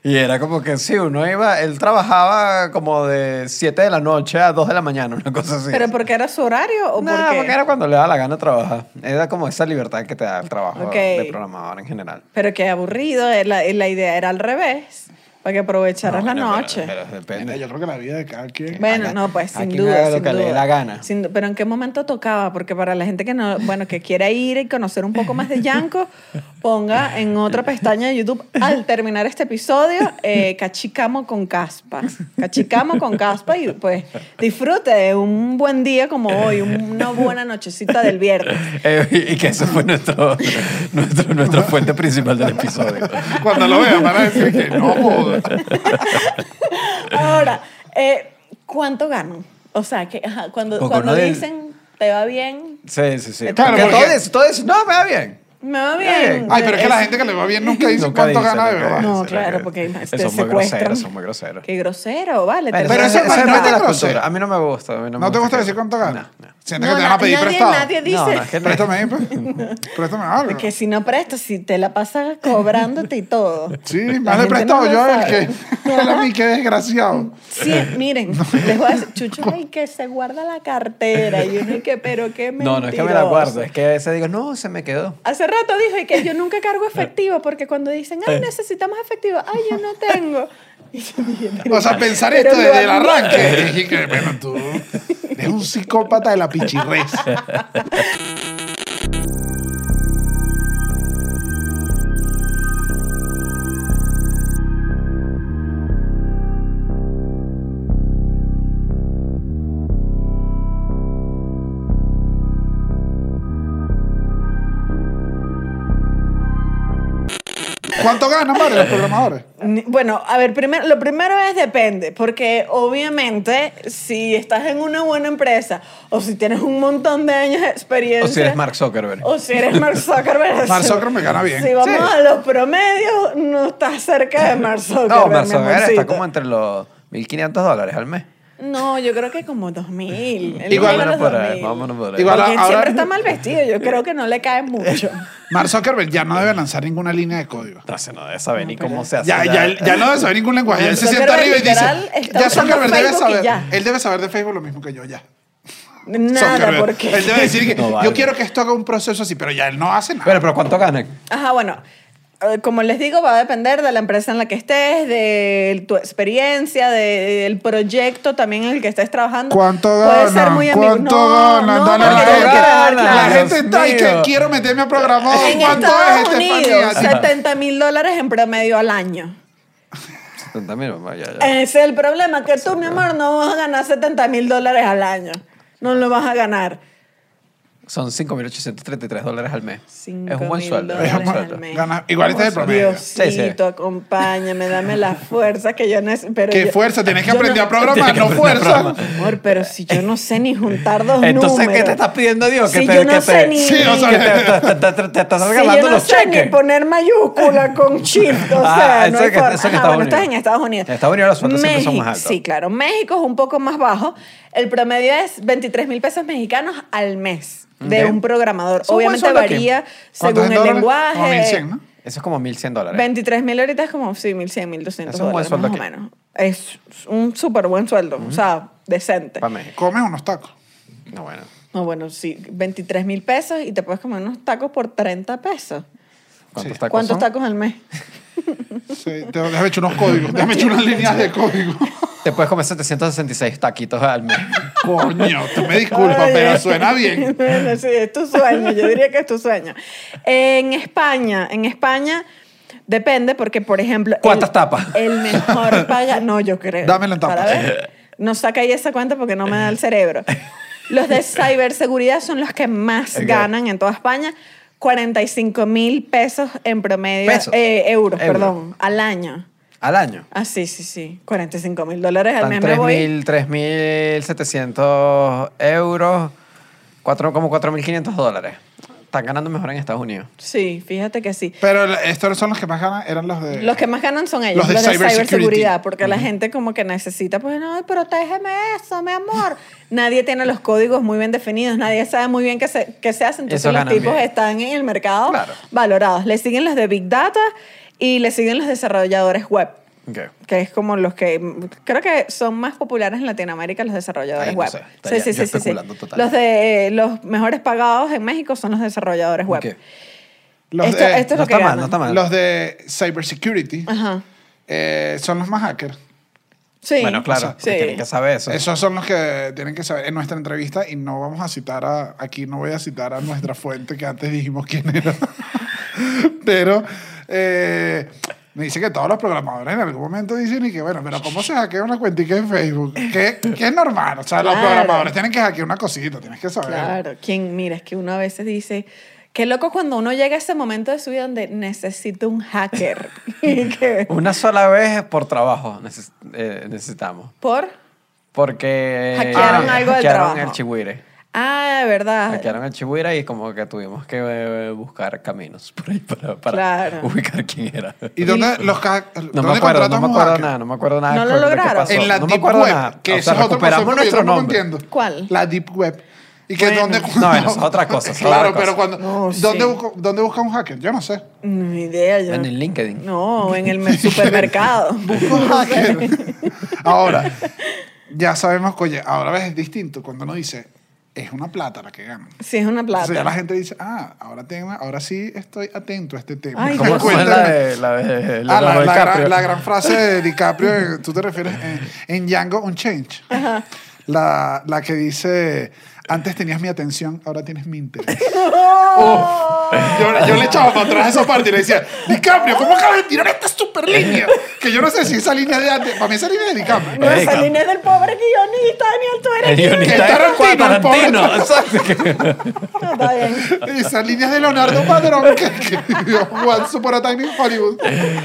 y era como que sí, uno iba, él trabajaba como de 7 de la noche a 2 de la mañana, una cosa así.
¿Pero porque era su horario o
No,
por qué?
porque era cuando le daba la gana trabajar. Era como esa libertad que te da el trabajo
Ok.
de programador en general.
Pero qué aburrido. eh, La, la idea era al revés. Para que aprovecharas la
Bueno, pero-
noche.
Pero, depende.
Yo creo que la vida de cada quien.
bueno,
haga-
no, pues
a
sin
quien
duda.
haga lo
sin
que le dé
duda.
la gana.
Sin du- pero ¿en qué momento tocaba? Porque para la gente que no, bueno, que quiera ir y conocer un poco más de Yanko, ponga en otra pestaña de YouTube al terminar este episodio, eh, Cachicamo con Caspa. Cachicamo con Caspa y pues disfrute de un buen día como hoy, una buena nochecita del viernes.
Eh, y- y que ese fue nuestro, nuestro, nuestra fuente principal del episodio.
Cuando lo vean van a decir que no joda.
Ahora, eh, ¿cuánto gano? O sea, que ajá, cuando,
Poco,
cuando
¿no? Del-
dicen, ¿te va bien?
Sí, sí, sí.
Claro,
porque
porque-
todo eso, todo eso, no, me va bien.
Me va bien.
Eh, Ay, pero es que la
Es-
gente que le va bien nunca dice
Nunca
cuánto
dicen,
gana de
nunca
verdad.
dicen,
No,
nunca
claro,
dicen.
porque
Son
te
muy
secuestran.
groseros, son muy groseros.
Qué grosero, vale.
Bueno,
te
pero eso,
eso-
secuestran.
eso
no
depende de la
te grosero.
cultura. A mí no me gusta. A mí no,
¿No
me
te gusta
que-
decir cuánto gana?
No, no.
Sientes
No,
que te
na-
van a pedir
nadie-
prestado.
nadie dice-
No, no, es que no.
Préstame, pues. préstame algo.
Porque si no prestas, si te la pasas cobrándote y todo.
Sí,
La
más le he
gente
prestado
no lo
yo a él
sabe.
que él a mí, qué desgraciado.
Sí, miren, les voy a decir, Chucho, ay, que se guarda la cartera. Y uno, y que, pero qué mentiroso.
No, no es que me la guardo. Es que a veces digo, no, se me quedó.
Hace rato dijo, y que yo nunca cargo
Ah.
efectivo, porque cuando dicen,
Eh.
ay, necesitamos efectivo, ay, yo no tengo. Y yo dije, pero-
O sea, pensar
pero
esto
lo
desde el
admito.
arranque. Dije que, bueno, tú eres un psicópata de la pichirres. ¿Cuánto ganan, Mario, los programadores?
Ni- Bueno, a ver, primero, lo primero es depende, porque obviamente si estás en una buena empresa o si tienes un montón de años de experiencia...
O si eres Mark Zuckerberg.
O si eres Mark Zuckerberg.
Mark Zuckerberg me gana bien.
Si vamos
Sí.
a los promedios, no estás cerca de Mark Zuckerberg.
No, Mark
mi
Zuckerberg está
amorcito.
como entre los 1.500 dólares al mes.
No, yo creo que como 2000. el
Igual-
número
vámonos por ahí,
2000.
vámonos por ahí.
Igual-
Porque
ahora-
siempre está mal vestido, yo creo que no le cae mucho.
Mark Zuckerberg ya no debe lanzar ninguna línea de código.
No sé, no debe saber ni cómo se hace.
Ya, ya, él- ya no debe saber ningún lenguaje. Él se sienta
Zuckerberg
arriba y
literal
dice.
está
Ya
usando
Zuckerberg debe
Facebook y
saber.
ya".
Él debe saber de Facebook lo mismo que yo ya.
Nada,
Zuckerberg.
porque...
Él debe decir que
No vale.
yo quiero que esto haga un proceso así, pero ya él no hace nada.
Bueno, pero ¿cuánto ganan?
Ajá, bueno. eh, Como les digo, va a depender de la empresa en la que estés, de tu experiencia, de- del proyecto también en el que estés trabajando.
¿Cuánto
Puede
ganan?
ser muy amigo.
¿Cuánto
no,
ganan?
no,
Dale,
porque
¿cuánto
yo quiero
ganan?
dar
La
claro.
Dios
gente está y que
mío.
quiero meterme a programar.
En
¿Cuánto es este
Estados
Estefanía?
Unidos, este,
Así.
70 mil dólares en promedio al año.
70 mil, ya, ya.
Ese es el problema, que tú, mi amor, no vas a ganar 70 mil dólares al año. No lo vas a ganar.
Son 5.833 dólares al mes.
Cinco
es un buen
mil
sueldo.
dólares
Es un buen
al
sueldo.
mes.
Gana- igual este es el promedio.
Diosito,
Sí, sí.
acompáñame, dame la fuerza que yo necesito. pero
¿Qué
yo-
fuerza? Tienes que
yo
aprender
no-
a programar, no fuerza.
Amor, pero si yo Oh, no sé ni juntar dos números.
Entonces, ¿qué te estás pidiendo a Dios?
Si
que te,
yo no
que
sé
te,
ni-
Sí, o sea,
que
te, te- te- te- te estás
Si
regalando
yo no
los
sé
cheques.
ni poner mayúscula con shift, o sea,
Ah,
no
eso
hay
que-
forma.
eso que
Ah,
Estados
bueno, esto es en
Unidos.
Estados Unidos.
En Estados Unidos los sueldos siempre son
México-
más altos.
Sí, claro. México es un poco más bajo. El promedio es 23 mil pesos mexicanos al mes de
Ok.
un programador.
Es un buen
Obviamente
sueldo aquí.
varía
¿Cuántos
según el
en dólares?
lenguaje.
Como 1100, ¿no?
Eso es como 1.100 dólares.
23 mil ahorita es como, sí, 1.100, 1.200
Es un buen
dólares,
sueldo
más o
aquí.
menos. Es un súper buen sueldo, o sea, decente.
Para México.
Comes unos tacos.
No, bueno.
No, bueno, sí, 23 mil pesos y te puedes comer unos tacos por 30 pesos.
¿Cuántos
Sí.
tacos
¿Cuántos
son?
tacos al mes?
Sí, te- déjame echar unos códigos. Déjame echar unas líneas de código.
Te puedes comer 766 taquitos al mes.
Coño, tú me disculpas,
Oye.
pero suena bien.
Bueno, sí, es tu sueño, yo diría que es tu sueño. En España, en España depende porque, por ejemplo... el-
¿Cuántas tapas?
El mejor paga... No, yo creo.
Dámela en tapas.
Para ver. No saca ahí esa cuenta porque no me da el cerebro. Los de ciberseguridad son los que más
Ok.
ganan en toda España. 45 mil pesos en promedio.
Pesos.
eh, euros,
Euros.
perdón, al año.
Al año.
Ah, sí, sí, sí. 45 mil dólares al
Están
mes me voy.
3.000, 3.700 euros, cuatro- como 4.500 dólares. Están ganando mejor en Estados Unidos.
Sí, fíjate que sí.
Pero estos son los que más ganan, eran los de.
Los que más ganan son ellos,
Los
los
de
de,
cybersecurity.
ciberseguridad, porque la gente como que necesita, pues, no, protégeme eso, mi amor. nadie tiene los códigos muy bien definidos, nadie sabe muy bien qué se, qué se hace, entonces
Eso
los
ganan
tipos
bien.
están en el mercado
Claro.
valorados. Le siguen los de Big Data y le siguen los desarrolladores web,
Ok.
que es como los que, creo que son más populares en Latinoamérica los desarrolladores
Ay, no
web.
sé, estaría yo especulando total.
Los, de, eh, los mejores pagados en México son los desarrolladores web.
Ok.
los
esto- esto- Ah.
de,
es
no
lo
está
que
mal,
ganan.
no está mal.
los de cybersecurity
Ajá.
eh, son los más hackers.
Sí.
Bueno, claro,
Sí.
tienen que saber eso.
Esos son los que tienen que saber en nuestra entrevista y no vamos a citar a. Aquí no voy a citar a nuestra fuente que antes dijimos quién era. pero. eh, me dice que todos los programadores en algún momento dicen y que, bueno, pero ¿cómo se hackea una cuentica en Facebook? Que, que es normal. O sea, los
Claro.
programadores tienen que hackear una cosita, tienes que saber.
Claro, quien mira, es que uno a veces dice, qué loco cuando uno llega a ese momento de su vida donde necesito un hacker. Y que,
Una sola vez por trabajo neces- eh, necesitamos.
¿Por?
Porque.
Hackearon
Ah,
algo del
hackearon
trabajo.
el chihuire.
Ah, verdad.
Hackearon el chihuire y como que tuvimos que eh, buscar caminos por ahí para, para
Claro.
ubicar quién era.
¿Y dónde los ca-
No
dónde
me acuerdo,
contratan
no me
un
acuerdo
hacker?
nada, no me acuerdo nada.
No lo
de qué
lograron.
pasó.
En la
no me
Deep
acuerdo
Web,
nada.
que
O
eso
sea,
es otro
recuperamos
concepto que yo
nuestro
tampoco
nombre.
entiendo.
¿Cuál?
La Deep Web. Y que
Bueno.
dónde,
No, eso es otra cosa, eso es
claro,
otra
pero
cosa.
cuando
No, sí.
¿dónde, busco- dónde busca un hacker? Yo no sé.
No idea. Yo.
En el LinkedIn.
No, en el mer- supermercado.
Busco un hacker. ahora, ya sabemos, que, oye, ahora ves, es distinto cuando uno dice, es una plata la que gana.
Sí, es una
Entonces ya la
plata.
gente dice, ah, ahora, tengo, ahora sí estoy atento a este tema.
Ay,
¿Cómo
Ay,
fue
Cuéntame.
la de la de
Ah, la,
Leonardo
la
DiCaprio?
gran, la gran frase de DiCaprio, eh, tú te refieres eh, en Django Unchanged. La, la que dice, Antes tenías mi atención, ahora tienes mi interés.
Ah,
Yo, yo le echaba para atrás esa parte y le decía, DiCaprio, ¿cómo acabas de tirar esta super línea? Que yo no sé si esa línea de antes, para mí esa línea de DiCaprio.
No,
Ey,
esa
cap-
línea es del pobre guionista, Daniel, tú eres.
El guionista
Que
era
Tarantino, el
Tarantino.
pobre.
Exacto. que-
No, está bien.
Esa línea es de Leonardo Padrón, que, que dio Once Upon a Time in Hollywood.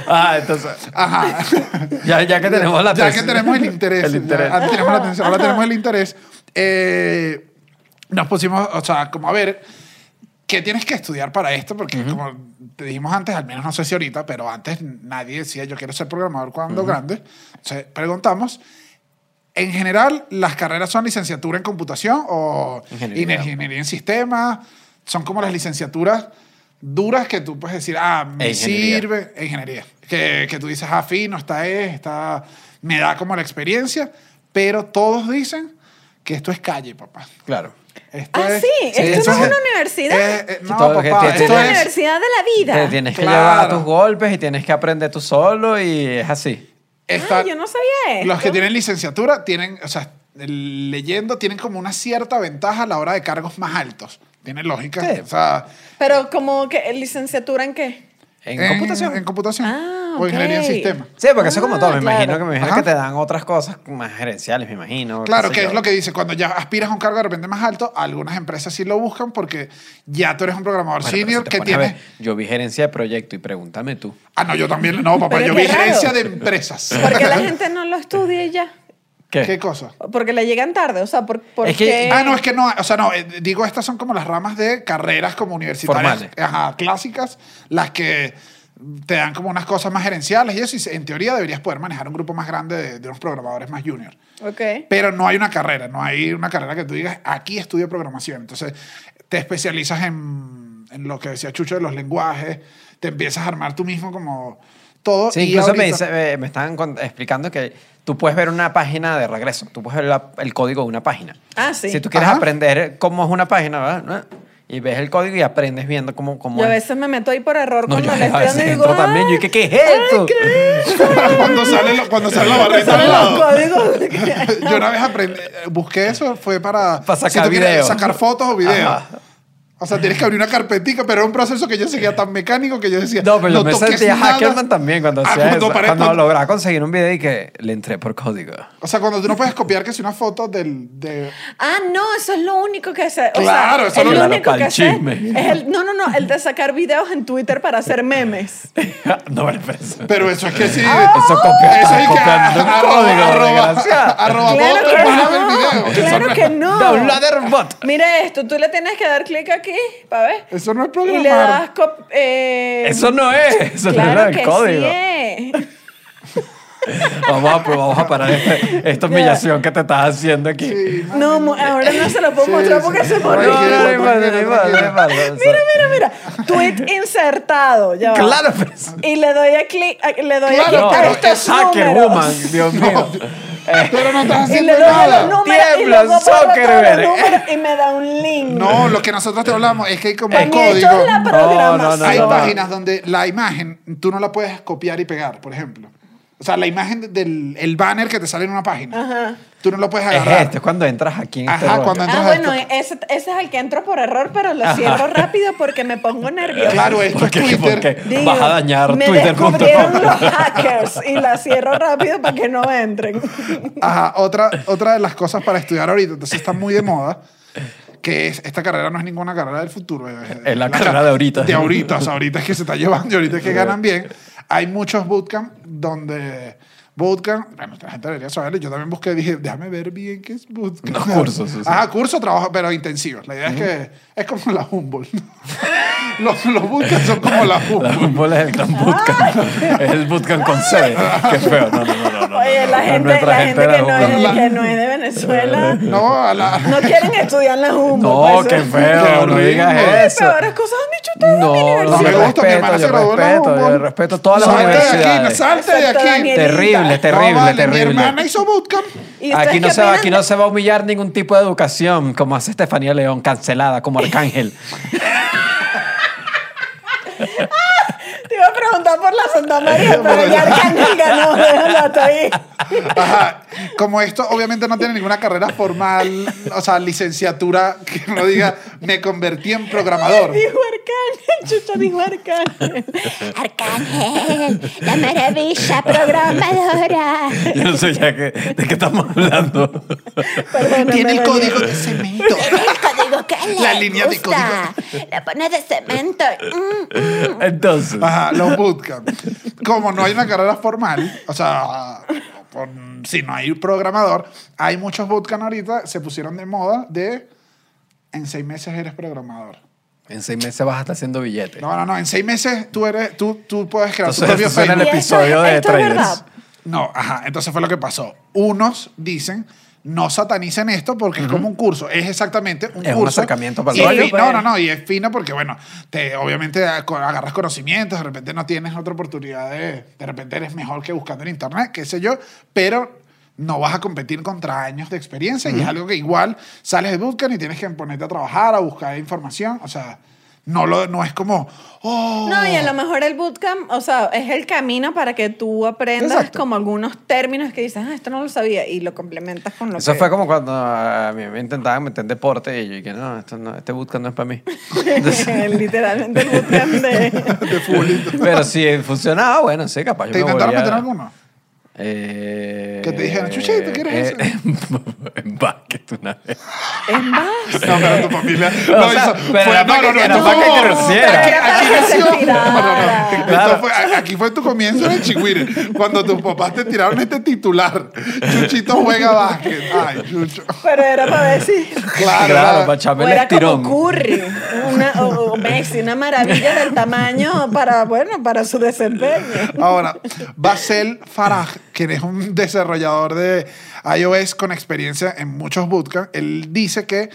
Ah, entonces,
Ajá.
ya, ya que tenemos la
Ya
tesis.
que tenemos el interés.
El interés.
ya, antes tenemos la atención, ahora tenemos el interés. Eh, nos pusimos, o sea, como a ver, ¿qué tienes que estudiar para esto? Porque como te dijimos antes, al menos no sé si ahorita, pero antes nadie decía yo quiero ser programador cuando grande. Entonces preguntamos. En general, las carreras son licenciatura en computación o
Ingeniería.
ingen- ingeniería en sistemas. Son como las licenciaturas duras que tú puedes decir, ah, me
E ingeniería.
sirve sirve en ingeniería. Que, que tú dices, ah, fino, está, es, está, me da como la experiencia, pero todos dicen que esto es calle, papá.
Claro.
Esto
Ah,
es-
sí, esto no es una universidad.
Eh, eh, no,
Todo lo que
papá,
tiene-
Esta es
esto
la
es...
universidad de la
Te
Eh,
vida.
tienes que
Claro.
llevar tus golpes y tienes que aprender tú solo y es así.
está-
Ah, yo no sabía esto.
Los que tienen licenciatura tienen, o sea, el- leyendo tienen como una cierta ventaja a la hora de cargos más altos. Tiene lógica.
Sí.
O sea,
Pero como que licenciatura en qué?
En, computación.
En computación.
Ah,
O ingeniería en
ok.
sistemas.
Sí, porque eso es como
Ah,
todo. Me
claro.
imagino que me imagino
Ajá.
que te dan otras cosas más gerenciales, me imagino. qué
Claro,
sé
que
yo.
es lo que dice, cuando ya aspiras a un cargo de repente más alto, algunas empresas sí lo buscan porque ya tú eres un programador
Bueno, pero
senior
si te
que
pones a
tiene...
ver, yo vi gerencia de proyecto y pregúntame tú.
Ah, no, yo también, no, papá,
Pero
yo
qué
vi
raro.
gerencia de empresas.
¿Por qué la gente no lo estudia y ya?
¿Qué?
¿Qué cosa?
Porque le llegan tarde, o sea, por, por
Es que-
qué?
Ah, no, es que no, o sea, no, eh, digo, estas son como las ramas de carreras como universitarias,
Formales.
ajá, clásicas, las que te dan como unas cosas más gerenciales y eso, y se- en teoría deberías poder manejar un grupo más grande de, de unos programadores más junior.
Ok.
Pero no hay una carrera, no hay una carrera que tú digas, aquí estudio programación. Entonces, te especializas en, en lo que decía Chucho de los lenguajes, te empiezas a armar tú mismo como todo.
Sí,
y
incluso me,
ahorita-
dice- eh, me estaban con- explicando que tú puedes ver una página de regreso. Tú puedes ver la- el código de una página.
Ah, sí.
Si tú quieres
Ajá.
aprender cómo es una página, ¿verdad? ¿No? Y ves el código y aprendes viendo cómo, cómo
Yo a
es.
veces me meto ahí por error
No, yo
cuando le
a
estoy
veces
dando y digo,
entro también. Yo, ¿y
"Ay,
¿qué, qué es esto?
cuando, sale lo- cuando sale la barrita
salen
al
los
lado.
códigos.
Yo una vez aprendí, busqué eso, fue para,
Para sacar
tú quieres
video.
sacar fotos o videos.
Ajá.
O sea, tienes que abrir una carpetica, pero era un proceso que yo seguía tan mecánico que yo decía.
No, pero yo me
toques
sentía
nada".
Hackerman también cuando
Ah,
hacía eso.
paré-
Cuando lograba conseguir un video y que le entré por código.
O sea, cuando tú no puedes copiar que si una foto del, de,
Ah, no, eso es lo único que hace. O
Claro,
sea,
eso
es lo
no-
Claro,
único
pa'l
que hace.
chisme.
Es el, no, no, no, el de sacar videos en Twitter para hacer memes.
no vale, pero eso.
Pero eso es que sí.
Eso
Ah.
copia,
Eso es que
copiando Ah, un código,
arroba, arroba,
desgraciado.
arroba
Claro
bot,
que
hermano, del
no.
video.
Claro que no.
Downloader bot.
Mira esto, tú le tienes que dar clic aquí para ver.
Eso no es
Y le das
programar.
cop- eh,
Eso no es. Eso no
claro
era el
que
código.
sí es.
Vamos a, pro- vamos a parar este- esta humillación que te estás haciendo aquí.
No, mu- ahora no se lo puedo
Sí,
mostrar
sí.
porque se
No, no,
murió.
no, no,
Tranquila,
no, no,
tranquila,
no, no, no, no, no.
Mira, mira, mira. Tweet insertado. Ya va.
Claro, pero eso-
Y le doy a clic, a- le doy
Claro,
a, clic a
pero este
estos
es hacker
números.
woman, Dios mío. Eh,
Pero no estás
Y
haciendo
le doy a los
nada.
números y
Tiembla,
luego borro todos los
Zuckerberg.
números y me da un link.
No, lo que nosotros te hablamos es que hay como
Para
un
mí esto
código.
es la
No,
programación.
no, no,
Hay
no.
páginas donde la imagen tú no la puedes copiar y pegar, por ejemplo. O sea, la imagen del el banner que te sale en una página.
Ajá.
Tú no lo puedes
Es
agarrar.
esto, es cuando entras aquí en este
Ajá,
rollo.
cuando
Ah,
entras a
bueno,
esto.
ese, ese es el que entro por error, pero lo cierro rápido porque me pongo nervioso.
Claro, esto es
Porque-
Twitter.
porque vas a dañar
me
Twitter.com.
descubrieron los hackers y la cierro rápido para que no entren.
Ajá, otra, otra de las cosas para estudiar ahorita, entonces está muy de moda, que es, esta carrera no es ninguna carrera del futuro. Es,
Es la carrera de ahorita.
De ahorita, o sea, ahorita es que se está llevando, y ahorita es que ganan bien. Hay muchos bootcamp donde... Bootcamp, bueno, la gente debería saberlo, yo también busqué, dije, déjame ver bien qué es bootcamp.
Los cursos, sí, sí.
Ajá, curso, trabajo, pero intensivos. La idea es que es como la Humboldt. los, los bootcamps son como la
La
Humboldt.
fútbol es el gran bootcamp. Es el bootcamp con sede. Qué feo. No, no, no. no, no,
Oye,
no,
la
no,
gente,
nuestra
la gente
era
que no, es,
bootcamp.
que no es de Venezuela
No, a la...
no quieren estudiar en la Humboldt.
No,
pues,
qué
eso-
feo. No
horrible.
digas
Las
eso.
peores cosas han dicho ustedes de mi
No, no,
universidad.
me
yo
gusta, mi hermana
respeto,
se
yo
graduó en la
respeto, yo
Humboldt.
respeto todas las
Salte de aquí, no,
universidades.
salte de
Excepto
aquí.
Daniel.
Terrible, terrible,
No, vale, Mi
terrible.
hermana hizo bootcamp.
¿Y ustedes
Aquí no,
qué
se va,
opinan
aquí no se va a humillar ningún tipo de educación, como hace Estefanía León, cancelada como arcángel.
Te iba a preguntar por la Santa María, pero ya Arcángel ganó, déjalo hasta ahí.
Ajá. Como esto obviamente no tiene ninguna carrera formal, o sea, licenciatura que no diga me convertí en programador.
Dijo Arcángel, Chucha dijo Arcángel.
Arcángel, la maravilla programadora.
Yo no sé ya qué, de qué estamos hablando.
Perdóname,
Tiene el
Daniel.
código de cemento.
El código que le
La línea de
gusta. La pone de cemento. Mm, mm.
Entonces,
Ajá, los bootcamp. Como no hay una carrera formal, o sea, con- si no hay programador, hay muchos bootcamp ahorita, se pusieron de moda de en seis meses eres programador.
En seis meses vas a estar haciendo billetes.
No, no, no, en seis meses tú, eres, tú, tú puedes crear tu
Entonces,
propio
eso suena
Facebook.
el
Y esto-
episodio de
esto es
trailers.
verdad.
No, ajá. Entonces fue lo que pasó. Unos dicen, no satanicen esto porque es como un curso. Es exactamente un
Es un
curso.
acercamiento para el
Y es
rollo,
fi-
pues.
No, no, no. Y es fino porque, bueno, te, obviamente a- co- agarras conocimientos, de repente no tienes otra oportunidad de... De repente eres mejor que buscando en internet, qué sé yo, pero no vas a competir contra años de experiencia y es algo que igual sales de bootcamp y tienes que ponerte a trabajar, a buscar información. O sea, no, lo, no es como... Oh,
No, y a lo mejor el bootcamp, o sea, es el camino para que tú aprendas
Exacto.
como algunos términos que dices, ah, esto no lo sabía, y lo complementas con lo
Eso
que...
Eh.
fue como cuando a mí me intentaban meter en deporte y yo dije, no, esto no este bootcamp no es para mí.
Literalmente el bootcamp de...
de fulito.
Pero si funcionaba, bueno, sí, capaz. yo
¿Te
me
intentaron
volvía-
meter alguno?
Eh,
Que te dijeron, "Chuchi, ¿tú quieres
eh, En básquet una vez.
Es más.
No, pero tu familia.
O
No,
sea,
eso
pero
fue,
era para
no, no,
que-
no,
era
esto
para
fue-
que creciera.
Aquí, aquí
Era para que se
nació.
tirara.
No, no, no. Esto
Claro.
fue- a- aquí fue tu comienzo de chihuire. Cuando tus papás te tiraron este titular. Chuchito juega básquet. Ay, Chucho.
Pero era para ver si...
Claro,
Claro,
claro.
para
O
echarme el
era
estirón.
como Curry, una, o, o Messi, una maravilla del tamaño para, bueno, para su desempeño.
Ahora, Basel Faraj, quien es un desarrollador de iOS con experiencia en muchos bootcamps, él dice que,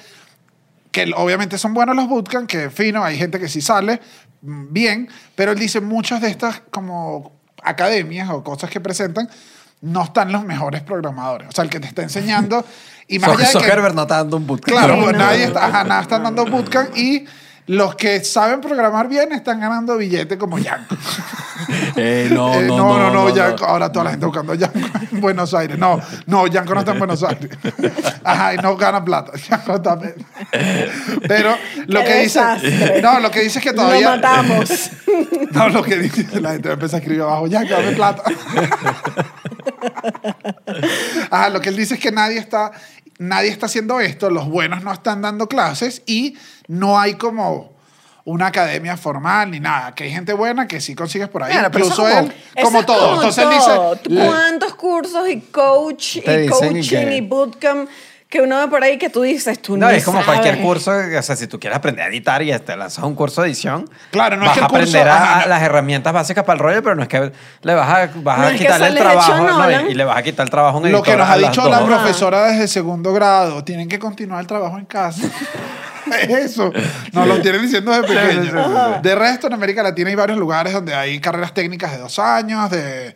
que él- obviamente son buenos los bootcamps, que fino, hay gente que sí sale mm, bien, pero él dice muchas de estas como academias o cosas que presentan no están los mejores programadores. O sea, el que te está enseñando... Y más
Zucker-
allá de que-
Zuckerberg no está dando un bootcamp.
Claro,
Sí,
pues
no.
nadie está, ajá, nada están dando bootcamp y los que saben programar bien están ganando billete como Yanko.
eh, no,
Eh,
no, no, no, no,
Yanko. Ahora toda la gente buscando a Yanko en Buenos Aires. No, no, Yanko no está en Buenos Aires. Ajá, y no gana plata. Yanko está... Pero lo
Qué
que dice...
desastre.
No, lo que dice es que
Lo
todavía...
matamos.
No, lo que dice la gente empieza a escribir abajo, ya que dame plata. ah, lo que él dice es que nadie está, nadie está haciendo esto, los buenos no están dando clases y no hay como una academia formal ni nada, que hay gente buena que sí consigues por ahí,
Claro, pero eso
incluso
como-
él, como
Eso es
todo.
como
Entonces
todo.
él dice,
¿Cuántos cursos y coach y
Te dicen y
coaching
que-
y bootcamp que uno ve por ahí que tú dices, tú no,
No, es como
sabes.
cualquier curso, o sea, si tú quieres aprender a editar y te lanzas un curso de edición,
Claro, no es
vas
que
a
el curso-
aprender a-
ajá,
a
no.
las herramientas básicas para el rollo, pero no es que le vas a, vas
No
a
es que
quitarle el
sales hecho
trabajo no,
Nolan.
y le vas a quitar el trabajo a un
lo que
editor
nos
a
ha
las
dicho la
dos.
profesora desde segundo grado, tienen que continuar el trabajo en casa. Eso, nos lo tienen diciendo desde
sí, sí, sí,
pequeño. De resto, en América Latina hay varios lugares donde hay carreras técnicas de dos años, de...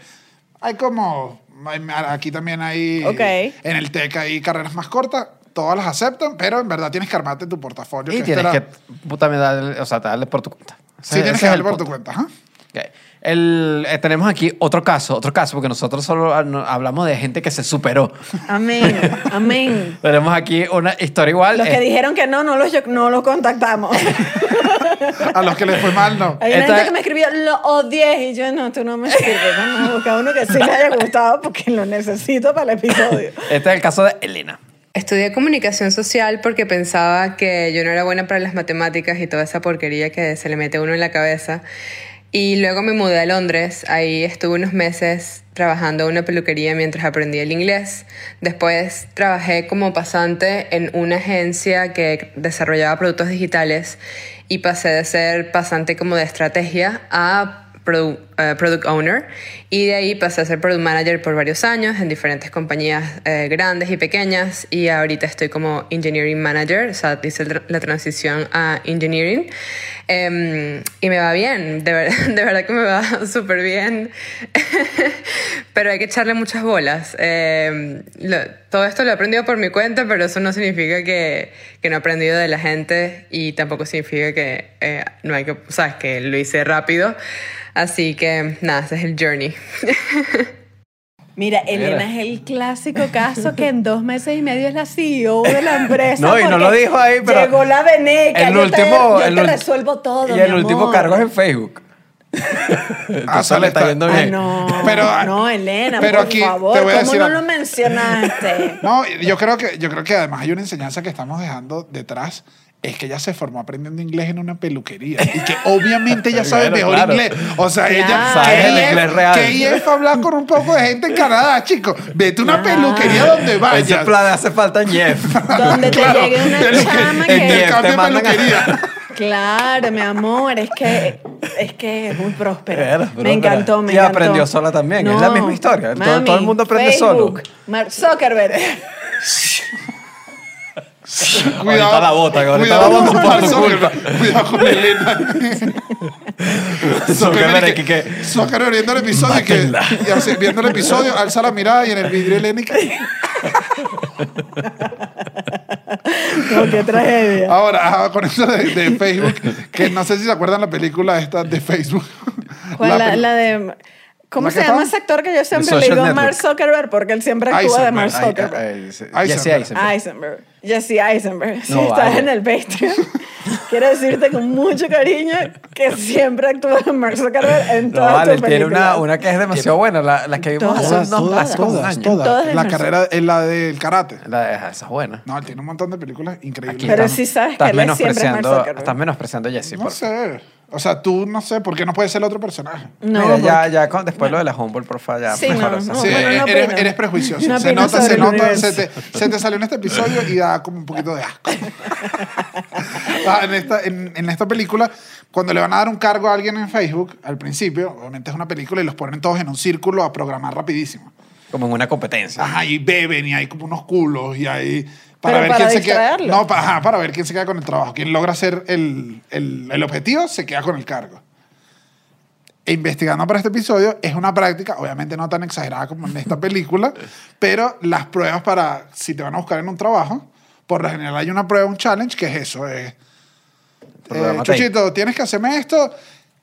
Hay como... hay- Aquí también hay...
Ok.
En el TEC hay carreras más cortas, todas las aceptan, pero en verdad tienes que armarte tu portafolio.
Y
que
tienes
este
que
era-
también darle, o sea, darle por tu cuenta.
Sí, tienes que darle por tu
cuenta.
cuenta. ajá.
Ok. El, eh, tenemos aquí otro caso, otro caso, porque nosotros solo ah, no, hablamos de gente que se superó.
Amén, amén.
tenemos aquí una historia igual.
Los que
Eh,
dijeron que no, no los, no los contactamos.
A los que les fue mal, no.
Hay una
Esta-
gente que me escribió, lo odié. Y yo, no, tú no me sirves. Vamos a buscar uno que sí le haya gustado porque lo necesito para el episodio.
este es el caso de Elena.
Estudié comunicación social porque pensaba que yo no era buena para las matemáticas y toda esa porquería que se le mete a uno en la cabeza. Y luego me mudé a Londres, ahí estuve unos meses trabajando en una peluquería mientras aprendí el inglés. Después trabajé como pasante en una agencia que desarrollaba productos digitales y pasé de ser pasante como de estrategia a produ- eh, product owner y de ahí pasé a ser product manager por varios años en diferentes compañías eh, grandes y pequeñas y ahorita estoy como engineering manager, o sea, hice el- la transición a engineering Em, y me va bien, de, ver- de verdad que me va súper bien, pero hay que echarle muchas bolas. Em, lo- todo esto lo he aprendido por mi cuenta, pero eso no significa que, que no he aprendido de la gente y tampoco significa que eh, no hay que, sabes, que lo hice rápido. Así que que nada, ese es el journey.
Mira, Elena es el clásico caso que en dos meses y medio es la CEO de la empresa.
No, y no
porque
lo dijo ahí, pero.
Llegó la veneca.
el
yo te-
último-
yo te,
el ul-
resuelvo todo.
Y
mi
el último
amor.
cargo es en Facebook.
Ah,
Entonces le está
sale-
yendo
Ah,
bien.
no,
Pero, ah,
no, Elena,
pero
por
aquí te
favor,
voy a
¿cómo
decir
no
algo.
lo mencionaste?
No, yo creo, que, yo creo que además hay una enseñanza que estamos dejando detrás. Es que ella se formó aprendiendo inglés en una peluquería. Y que obviamente ella sabe
Bueno,
mejor
claro.
inglés. O sea, ella
Claro.
Sabe el
¿qué
inglés
es-
real.
¿Qué es hablar con un poco de gente en Canadá, chicos? Vete a una
Claro.
peluquería donde
Ese
vayas.
plan hace falta en Jeff.
Donde te
Claro,
llegue una
peluque-
en
chama que...
Jeff.
Intercambio
Este, te
de
mandan a-
peluquería.
Claro, mi amor, es que es que es muy próspera.
Era
Me
próspera.
encantó, me
Y
encantó.
aprendió sola también, es la misma historia, todo- todo el mundo aprende
Facebook,
solo.
Mark Zuckerberg.
Ahorita la botan, ahorita
cuidado
la botan
con
por
Mark
tu culpa.
Zuckerberg, Cuidado con Elena.
Zuckerberg aquí que.
Zuckerberg viendo el episodio y que,
Mátenla.
y así, viendo el episodio, alza la mirada y en el vidrio Elena y que-
No, qué tragedia.
Ahora, ajá, con eso de, de Facebook, que no sé si se acuerdan la película esta de Facebook.
¿Cuál
La
la,
peli-
la de ¿Cómo
¿La
se
que
llama
está?
ese actor que yo siempre
The
le
Social
digo
Network.
Mark Zuckerberg? Porque él siempre actúa de Mark
Eisenberg,
Zuckerberg.
Ay, ay, sí.
Eisenberg.
Jesse Eisenberg.
Eisenberg. Jesse Eisenberg. Si
No
estás
vale.
en el Patreon, quiero decirte con mucho cariño que siempre actúa de Mark Zuckerberg en
No,
todas
vale,
tus
tiene una,
películas.
una que es demasiado buena, la, la que vimos hace
Todas,
unos
todas,
hace como un
todas,
año.
todas.
Todas de
La
Mark
carrera es la del karate.
La- esa es buena.
No, él tiene un montón de películas increíbles.
Aquí
Pero
estás-
sí sabes
estás
que él es siempre Mark
menospreciando-
Zuckerberg.
Estás menospreciando a Jesse.
no
por-
sé. O sea, tú no sé por qué no puedes ser otro personaje.
No,
Mira, ya,
porque-
ya con- después lo de la Humboldt Profile ya
Sí,
mejor,
no,
o sea,
no,
Sí,
bueno, no
eres,
opino.
eres prejuicioso.
No
se
opino
nota,
sobre
se
el
nota.
universo.
Se te, se te salió en este episodio y da como un poquito de asco. Ah, en, esta, en, en esta película, cuando le van a dar un cargo a alguien en Facebook, al principio, obviamente es una película y los ponen todos en un círculo a programar rapidísimo.
Como en una competencia.
Ajá, y beben y hay como unos culos y hay...
Pero para
queda,
distraerlo.
no, para, ajá, para ver quién se queda con el trabajo. Quien logra hacer el, el- el objetivo se queda con el cargo. E investigando para este episodio, es una práctica, obviamente no tan exagerada como en esta película, pero las pruebas para si te van a buscar en un trabajo, por lo general hay una prueba, un challenge, que es eso. Es, eh,
Prográmate ahí.
Chuchito, tienes que hacerme esto,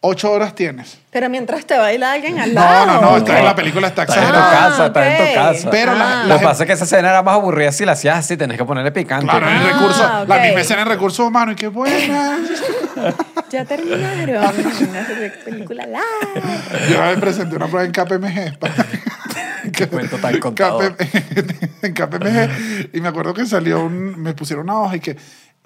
ocho horas tienes.
Pero mientras te baila alguien al
No,
lado.
no, no, está en la película está
Estás en tu
exagerada.
casa, estás en tu
Ah, ok.
casa.
Pero la-
Lo
la
que pasa es que esa escena era más aburrida si la hacías así, tenés que ponerle picante.
Claro, en
Ah,
recursos,
ok.
la misma escena en recursos humanos y qué buena.
Ya terminaron. Una película larga.
Yo me presenté una prueba en KPMG. para-
Qué cuento tan contador.
KPMG en KPMG y me acuerdo que salió un, me pusieron una hoja y que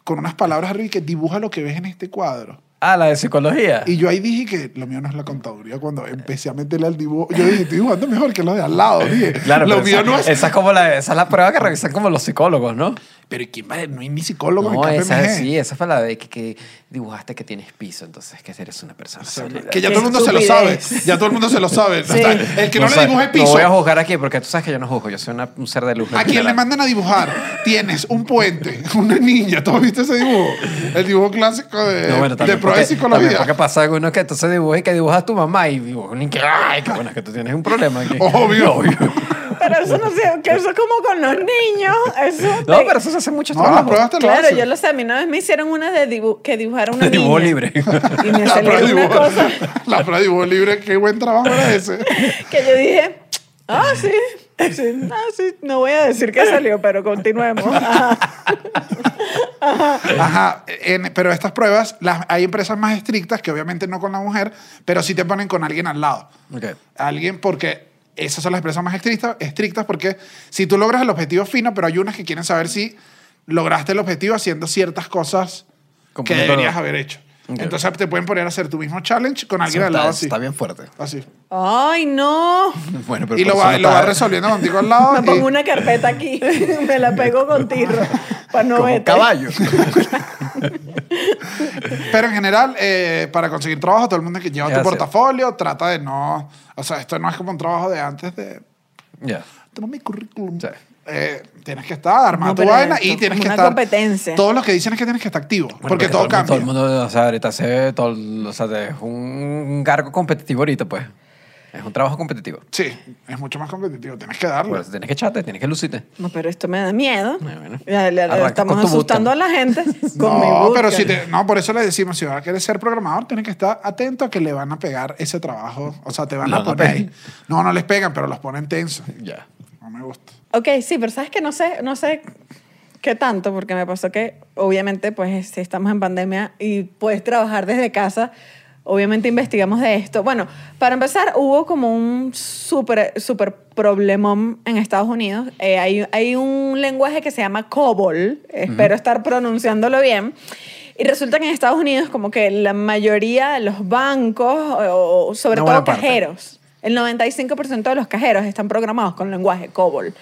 con unas palabras arriba y que dibuja lo que ves en este cuadro.
Ah, la de psicología.
Y yo ahí dije que lo mío no es la contaduría. Cuando empecé a meterle al dibujo, yo dije, estoy dibujando mejor que lo de al lado. Dije,
Claro,
lo
pero
mío
esa,
no es.
esa es como la, esa es la prueba que revisan como los psicólogos, ¿no?
Pero ¿y quién va? No hay ni psicólogo
No,
en KPMG.
esa sí, esa fue la de que, que dibujaste que tienes piso, entonces que eres una persona sólida.
Que ya
Qué
todo el mundo se lo sabe.
estupidez.
Ya todo el mundo se lo sabe. O
Sí.
sea, el que no,
sé,
le dibuje el
Pues, No
piso.
voy a juzgar aquí porque tú sabes que yo no juzgo, yo soy una- un ser de luz. no
A quien le
general.
mandan a dibujar, tienes un puente, una niña. ¿Tú has visto ese dibujo? El dibujo clásico de,
No, bueno,
Eh,
también
de prueba de
porque- también
psicología.
Porque pasa algunos que entonces dibujas y que dibujas a tu mamá y dibujas y que, ay, que bueno, que tú tienes un problema aquí.
Obvio.
Pero eso no sé, que eso es como con los niños. Eso
No,
te-
pero eso se hace mucho
No,
trabajo.
las pruebas te lo
Claro,
hacen.
yo lo sé. A mí una vez me hicieron una de dibu- que dibujara una
De
niña.
dibujo libre.
Y me
La prueba, de
salió una
dibujo,
cosa
la prueba de dibujo libre, qué buen trabajo era ese.
que yo dije, ah, sí. sí, ah, sí. No voy a decir que salió, pero continuemos. Ajá.
Ajá, en- pero estas pruebas, las, hay empresas más estrictas que obviamente no con la mujer, pero sí te ponen con alguien al lado.
Ok.
alguien porque esas son las empresas más estrictas, estrictas porque si tú logras el objetivo fino, pero hay unas que quieren saber si lograste el objetivo haciendo ciertas cosas
Como
que
un
deberías
dolor.
haber hecho.
Ok.
Entonces te pueden poner a hacer tu mismo challenge con alguien
Eso
al
está,
lado
eso
así.
está bien fuerte.
Así.
Ay, no.
Bueno, pero
Y lo
por
va,
eso
lo
está-
va resolviendo contigo al lado.
Me
y-
pongo una carpeta aquí. Me la pego con tirro. Para no
Como
verte.
caballo.
Pero en general, eh, para conseguir trabajo, todo el mundo que lleva
Ya
tu
sé.
portafolio trata de no... O sea, esto no es como un trabajo de antes de...
Ya.
Toma mi currículum.
Sí.
Eh, tienes que estar, armar
No,
tu
pero
vaina
esto
y
es
tienes
como
que
una
estar.
competencia.
Todos los que dicen es que tienes que estar activo, porque, todo,
cambia.
cambia.
Todo el mundo, o sea, ahorita se ve todo, el- o sea, es un cargo competitivo ahorita, pues. Es un trabajo competitivo.
Sí, es mucho más competitivo. Tienes que darlo.
Por eso tienes que echarte, tienes que lucirte.
No, pero esto me da miedo.
Bueno, bueno.
Ya le- le
Arranca
estamos
con tu
asustando a la gente con mi
no,
bootcamp.
pero si te, no, por eso le decimos, si vas a querer ser programador, tienes que estar atento a que le van a pegar ese trabajo. O sea, te van
Le
a
van a
poner
pegar.
ahí. No, no les pegan, pero los ponen tensos.
Ya.
No me gusta.
Ok, sí, pero sabes que no sé, no sé qué tanto, porque me pasó que obviamente pues si estamos en pandemia y puedes trabajar desde casa, obviamente investigamos de esto. Bueno, para empezar hubo como un súper, súper problemón en Estados Unidos. Eh, hay, hay un lenguaje que se llama COBOL, espero estar pronunciándolo bien. Y resulta que en Estados Unidos como que la mayoría de los bancos, o, o sobre
Una
todo
buena parte.
cajeros, el 95% de los cajeros están programados con lenguaje COBOL.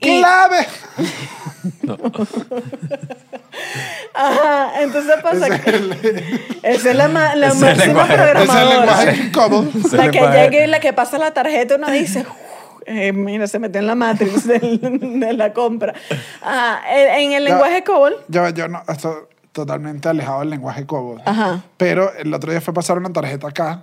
Y-
¡Clave!
Ajá, entonces pasa
Ese
que...
es el-
Esa es la, ma- la
Ese es el
máxima
lenguaje. Ese es el
Ese es el
programadora.
lenguaje incómodo.
Se
La
le
que
paga.
llegue y la que pasa la tarjeta, uno dice, "Uf, eh, mira, se metió en la matrix del- de la compra. Ajá, en en el
La-
lenguaje COBOL,
Yo, yo no, estoy totalmente alejado del lenguaje COBOL.
Ajá.
Pero el otro día fue pasar una tarjeta acá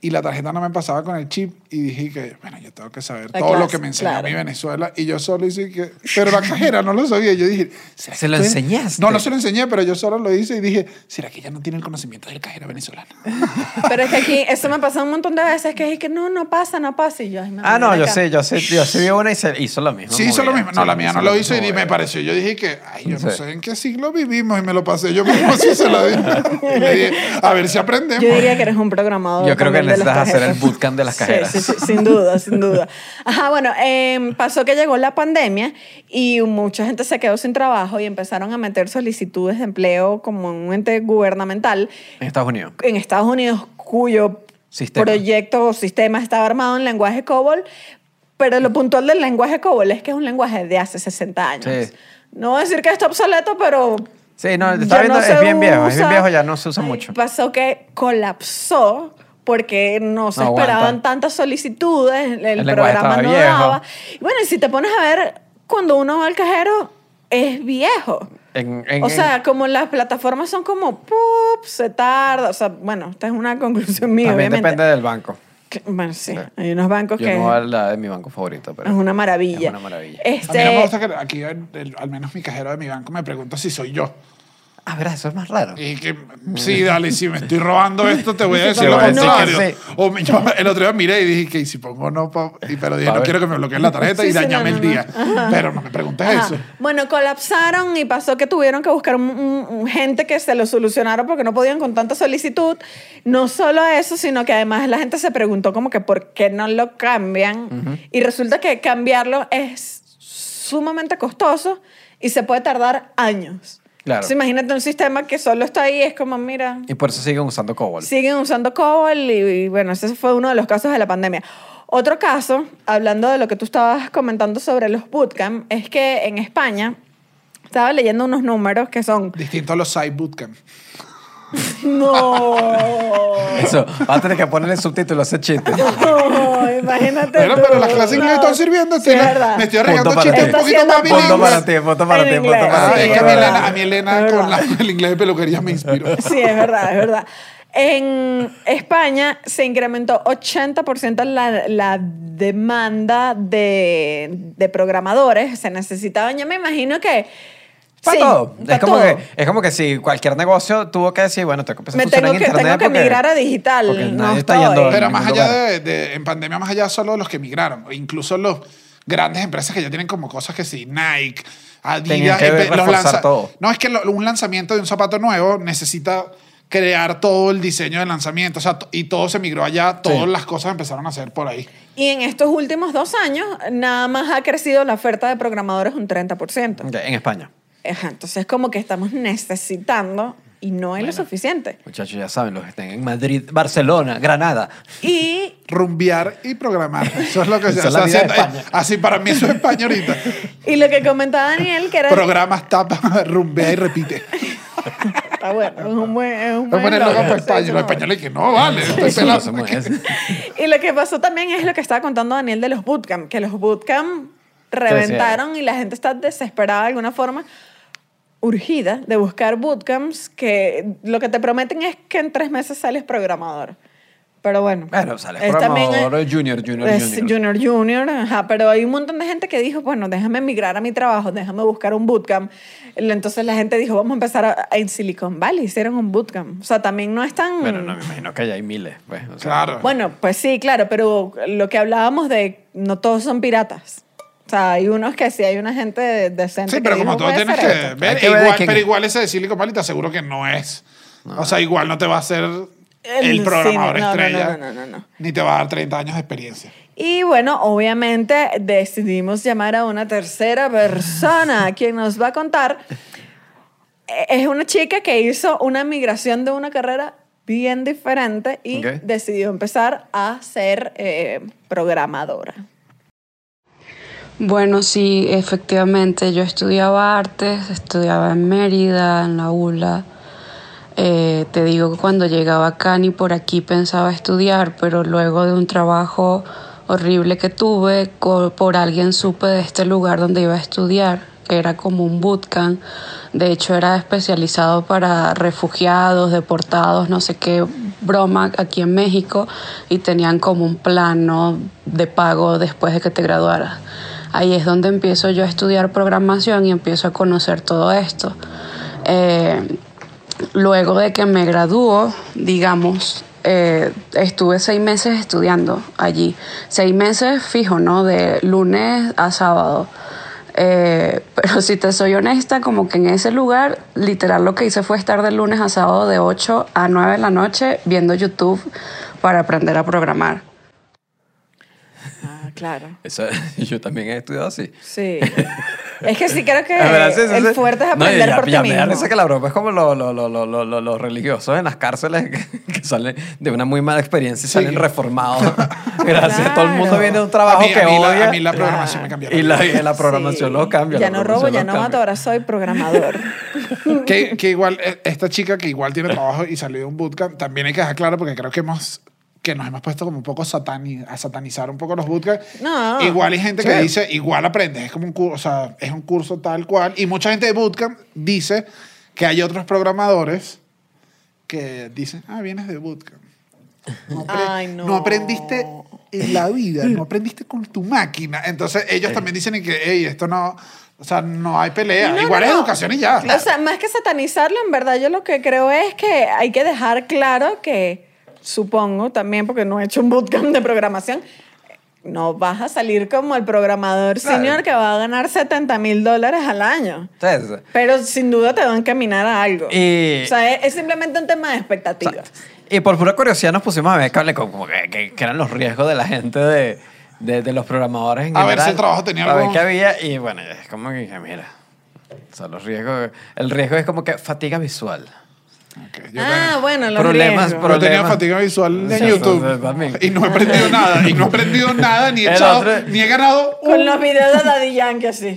y la tarjeta no me pasaba con el chip y dije que, bueno, yo tengo que saber
La
todo lo
clase,
que me enseñó
claro.
mi Venezuela y yo solo hice que... Pero la cajera no lo sabía. Yo dije... ¿será
¿Se
que
lo
estoy-
enseñaste?
No, no se lo enseñé, pero yo solo lo hice y dije, ¿será que ya no tiene el conocimiento del cajero venezolano?
Ah,
pero es que aquí, eso me pasa un montón de veces que es que no, no pasa, no pasa. Y yo, ay, me
Ah, no,
mira
yo
acá.
sé, yo sé, yo sé, vi una y se hizo la misma.
sí, hizo lo
movida.
mismo. No,
Sí,
la mía no lo
la
hizo y
misma
ni me
movida.
pareció. Yo dije que, ay, yo no
Sí.
sé en qué siglo vivimos y me lo pasé yo mismo así se lo dije. Y le dije, a ver si aprendemos.
Yo diría que eres un programador.
Yo creo que
también de las
necesitas hacer
cajeras.
el bootcamp de las
Sí,
cajeras.
Sí, sí, sin duda, sin duda. Ajá, bueno, em, pasó que llegó la pandemia y mucha gente se quedó sin trabajo y empezaron a meter solicitudes de empleo como en un ente gubernamental
En Estados Unidos.
en Estados Unidos cuyo
Sistema.
proyecto o sistema estaba armado en lenguaje COBOL, pero lo puntual del lenguaje COBOL es que es un lenguaje de hace 60 años.
Sí.
No voy a decir que está obsoleto, pero
Sí, no,
ya
está viendo,
no
es
se
bien viejo, es
usa.
bien viejo, ya no se usa
Ay,
mucho.
Pasó que colapsó porque no se
No aguanta.
esperaban tantas solicitudes, el,
lenguaje
programa
estaba
no
viejo.
daba. Y bueno, y si te pones a ver, cuando uno va al cajero, es viejo.
En- en-
o sea,
en-
como las plataformas son como, ¡pup! se tarda. O sea, bueno, esta es una conclusión mía,
también
obviamente.
depende del banco.
Que- Bueno, sí,
Sí.
hay unos bancos
Yo
que
no voy a hablar de mi banco favorito, pero.
es una maravilla.
Es una maravilla.
A mí no
Este,
me gusta que aquí, el- el- al menos mi cajero de mi banco, me pregunta si soy yo.
Ah, verás, eso es más raro.
Y que, sí, dale, si me estoy robando esto, te voy a
Mm. Sí,
decir
te
lo
voy a decir
contrario.
que sí.
O me- yo el otro día miré y dije que "¿Y si pongo no, pa-?" Y, pero dije,
Pa'
no
ver.
quiero que me bloqueen la tarjeta
Sí,
y
sí, no,
dañame
no,
el
no.
día. Pero no me preguntes
Ajá.
eso.
Bueno, colapsaron y pasó que tuvieron que buscar un- un- un gente que se lo solucionaron porque no podían con tanta solicitud. No solo eso, sino que además la gente se preguntó como que por qué no lo cambian. Y resulta que cambiarlo es sumamente costoso y se puede tardar años.
Claro.
Entonces, imagínate un sistema que solo está ahí, es como, mira,
Y por eso siguen usando COBOL.
Siguen usando COBOL y, y, bueno, ese fue uno de los casos de la pandemia. Otro caso, hablando de lo que tú estabas comentando sobre los bootcamp, es que en España estaba leyendo unos números que son...
Distinto a los side bootcamp.
¡No!
Eso, va a tener que ponerle subtítulo a ese chiste.
No, imagínate
Pero, pero
tú.
las clases
No.
inglés están sirviendo.
Sí,
sí,
es
me-
verdad.
Me estoy
Punto
arreglando
para
chistes
ti.
un poquito
haciendo
más
bilingües. Punto para
bilingües.
ti. punto para
En
ti, punto
inglés,
para
Ah,
ti.
sí,
es que a
es
mí
verdad.
Elena- a mí Elena
Es
con la-
verdad.
el inglés de peluquería me inspiró.
Sí, es verdad, es verdad. En España se incrementó 80% la, la demanda de, de programadores. Se necesitaban, yo me imagino que...
Para
sí,
todo.
pa'
es, como
todo.
Que, es como que si cualquier negocio tuvo que decir, bueno, tengo que empezar
Me
a funcionar
tengo
en
que- tengo
internet
que
porque-
migrar a digital,
Porque
no
nadie está
estoy.
yendo a
Pero
ningún
más allá
lugar.
de, de- en pandemia, más allá solo de los que emigraron, incluso los grandes empresas que ya tienen como cosas que sí,
Tenían
Nike, Adidas,
que
eh,
reforzar todo.
No, es que lo- un lanzamiento de un zapato nuevo necesita crear todo el diseño del lanzamiento, o sea, t- y todo se migró allá, todas las cosas empezaron a hacer por ahí.
Y en estos últimos dos años, nada más ha crecido la oferta de programadores un 30%.
Ok, en España.
Ajá, entonces, como que estamos necesitando y no hay lo suficiente.
Muchachos, ya saben, los que estén en Madrid, Barcelona, Granada.
Y
Rumbear y programar, eso es lo que
Esa
se
es la vida
está
de
haciendo.
España.
Así para mí eso es España ahorita.
Y lo que comentaba Daniel, que era.
Programas, tapas, rumbea y repite.
Está bueno, es un buen. Es un
Voy
buen
a poner loco
logro,
para
sí,
España.
sí,
Los
no.
españoles que no, vale. estoy
Pues Eso no
pelado.
se mueve, es-
Y lo que pasó también es lo que estaba contando Daniel de los bootcamp, que los bootcamp reventaron y la gente está desesperada de alguna forma, urgida de buscar bootcamps que lo que te prometen es que en tres meses sales programador. Pero bueno.
Bueno, sales
es también,
programador
eh,
junior, junior,
es
junior.
Junior, junior, ajá. Pero hay un montón de gente que dijo, bueno, déjame emigrar a mi trabajo, déjame buscar un bootcamp. Entonces la gente dijo, vamos a empezar a- en Silicon Valley, hicieron un bootcamp. O sea, también no es tan...
Bueno, no, me imagino que allá hay miles. Pues, o sea,
Claro.
Bueno, pues sí, claro, pero lo que hablábamos de no todos son piratas. O sea, hay unos que sí, hay una gente de- decente.
Sí,
que
pero
dijo,
como todo
"Puede
tienes que
ser esto".
ver,
Hay que ver de
igual,
quién
pero
es.
igual ese de Silicon Valley te aseguro que no es. O sea, igual no te va a ser el,
sí,
programador
no, no, no,
estrella.
no, no, no, no.
Ni te va a dar 30 años de experiencia.
Y bueno, obviamente decidimos llamar a una tercera persona quien nos va a contar. Eh, Es una chica que hizo una migración de una carrera bien diferente y
Ok.
decidió empezar a ser eh, programadora.
Bueno, sí, efectivamente, yo estudiaba artes, estudiaba en Mérida, en la ULA. Eh, te digo que cuando llegaba acá ni por aquí pensaba estudiar, pero luego de un trabajo horrible que tuve, co- por alguien supe de este lugar donde iba a estudiar, que era como un bootcamp. De hecho, era especializado para refugiados, deportados, no sé qué broma aquí en México, y tenían como un plano de pago después de que te graduaras. Ahí es donde empiezo yo a estudiar programación y empiezo a conocer todo esto. Eh, luego de que me graduó, digamos, eh, estuve seis meses estudiando allí. Seis meses fijo, ¿no? De lunes a sábado. Eh, pero si te soy honesta, como que en ese lugar, literal lo que hice fue estar de lunes a sábado de 8 a 9 de la noche viendo YouTube para aprender a programar.
Ah, claro.
eso- yo también he estudiado así.
Sí. es que sí creo que
La verdad, sí, sí,
el
sí.
fuerte es
No, y
aprender
ya-
por ti
ya Me da
mismo.
risa que la broma es como lo- lo- lo- lo- lo- lo- los religiosos en las cárceles que, que salen de una muy mala experiencia y salen reformados. Gracias. Todo el mundo
Claro.
viene de un trabajo
a mí,
que
a mí la-
odia.
a mí la programación me cambió. la
y
vida.
la, y la programación
Sí.
lo cambia.
Ya
la
no robo,
programación lo
ya no mato,
cambia.
ahora soy programador.
que, que igual, eh, esta chica que igual tiene trabajo y salió de un bootcamp, también hay que dejar claro porque creo que hemos que nos hemos puesto como un poco satani- a satanizar un poco los bootcamps.
No.
Igual hay gente que
Sí.
dice, igual aprendes, es como un curso, o sea, es un curso tal cual. Y mucha gente de bootcamp dice que hay otros programadores que dicen, ah, vienes de bootcamp. No, apre-
Ay, no.
aprendiste en la vida, no aprendiste con tu máquina. Entonces ellos también dicen que, hey, esto no, o sea, no hay pelea.
No,
Eh, igual
no,
es
no.
educación y ya.
O sea, más que satanizarlo, en verdad yo lo que creo es que hay que dejar claro que, supongo también, porque no he hecho un bootcamp de programación, no vas a salir como el programador
Claro.
senior que va a ganar 70 mil dólares al año.
Entonces,
Pero sin duda te van a encaminar a algo.
Y-
O sea, es, es simplemente un tema de expectativas.
Exacto. Y por pura curiosidad nos pusimos a ver cable con- como que, que- que eran los riesgos de la gente de, de- de los programadores en
A ver
general.
si el trabajo tenía
A ver
algo-
qué había y bueno, es como que dije, mira, o sea, los riesgos, el riesgo es como que fatiga visual.
Ok, yo
Ah, bueno, los
Problemas,
riesgos.
Yo tenía
problema.
fatiga visual en
Sí,
YouTube.
sí, también.
Y no he aprendido nada. Y no he aprendido nada, ni he
El
echado,
otro-
ni he ganado
Con
un.
los videos de Daddy Yankee así.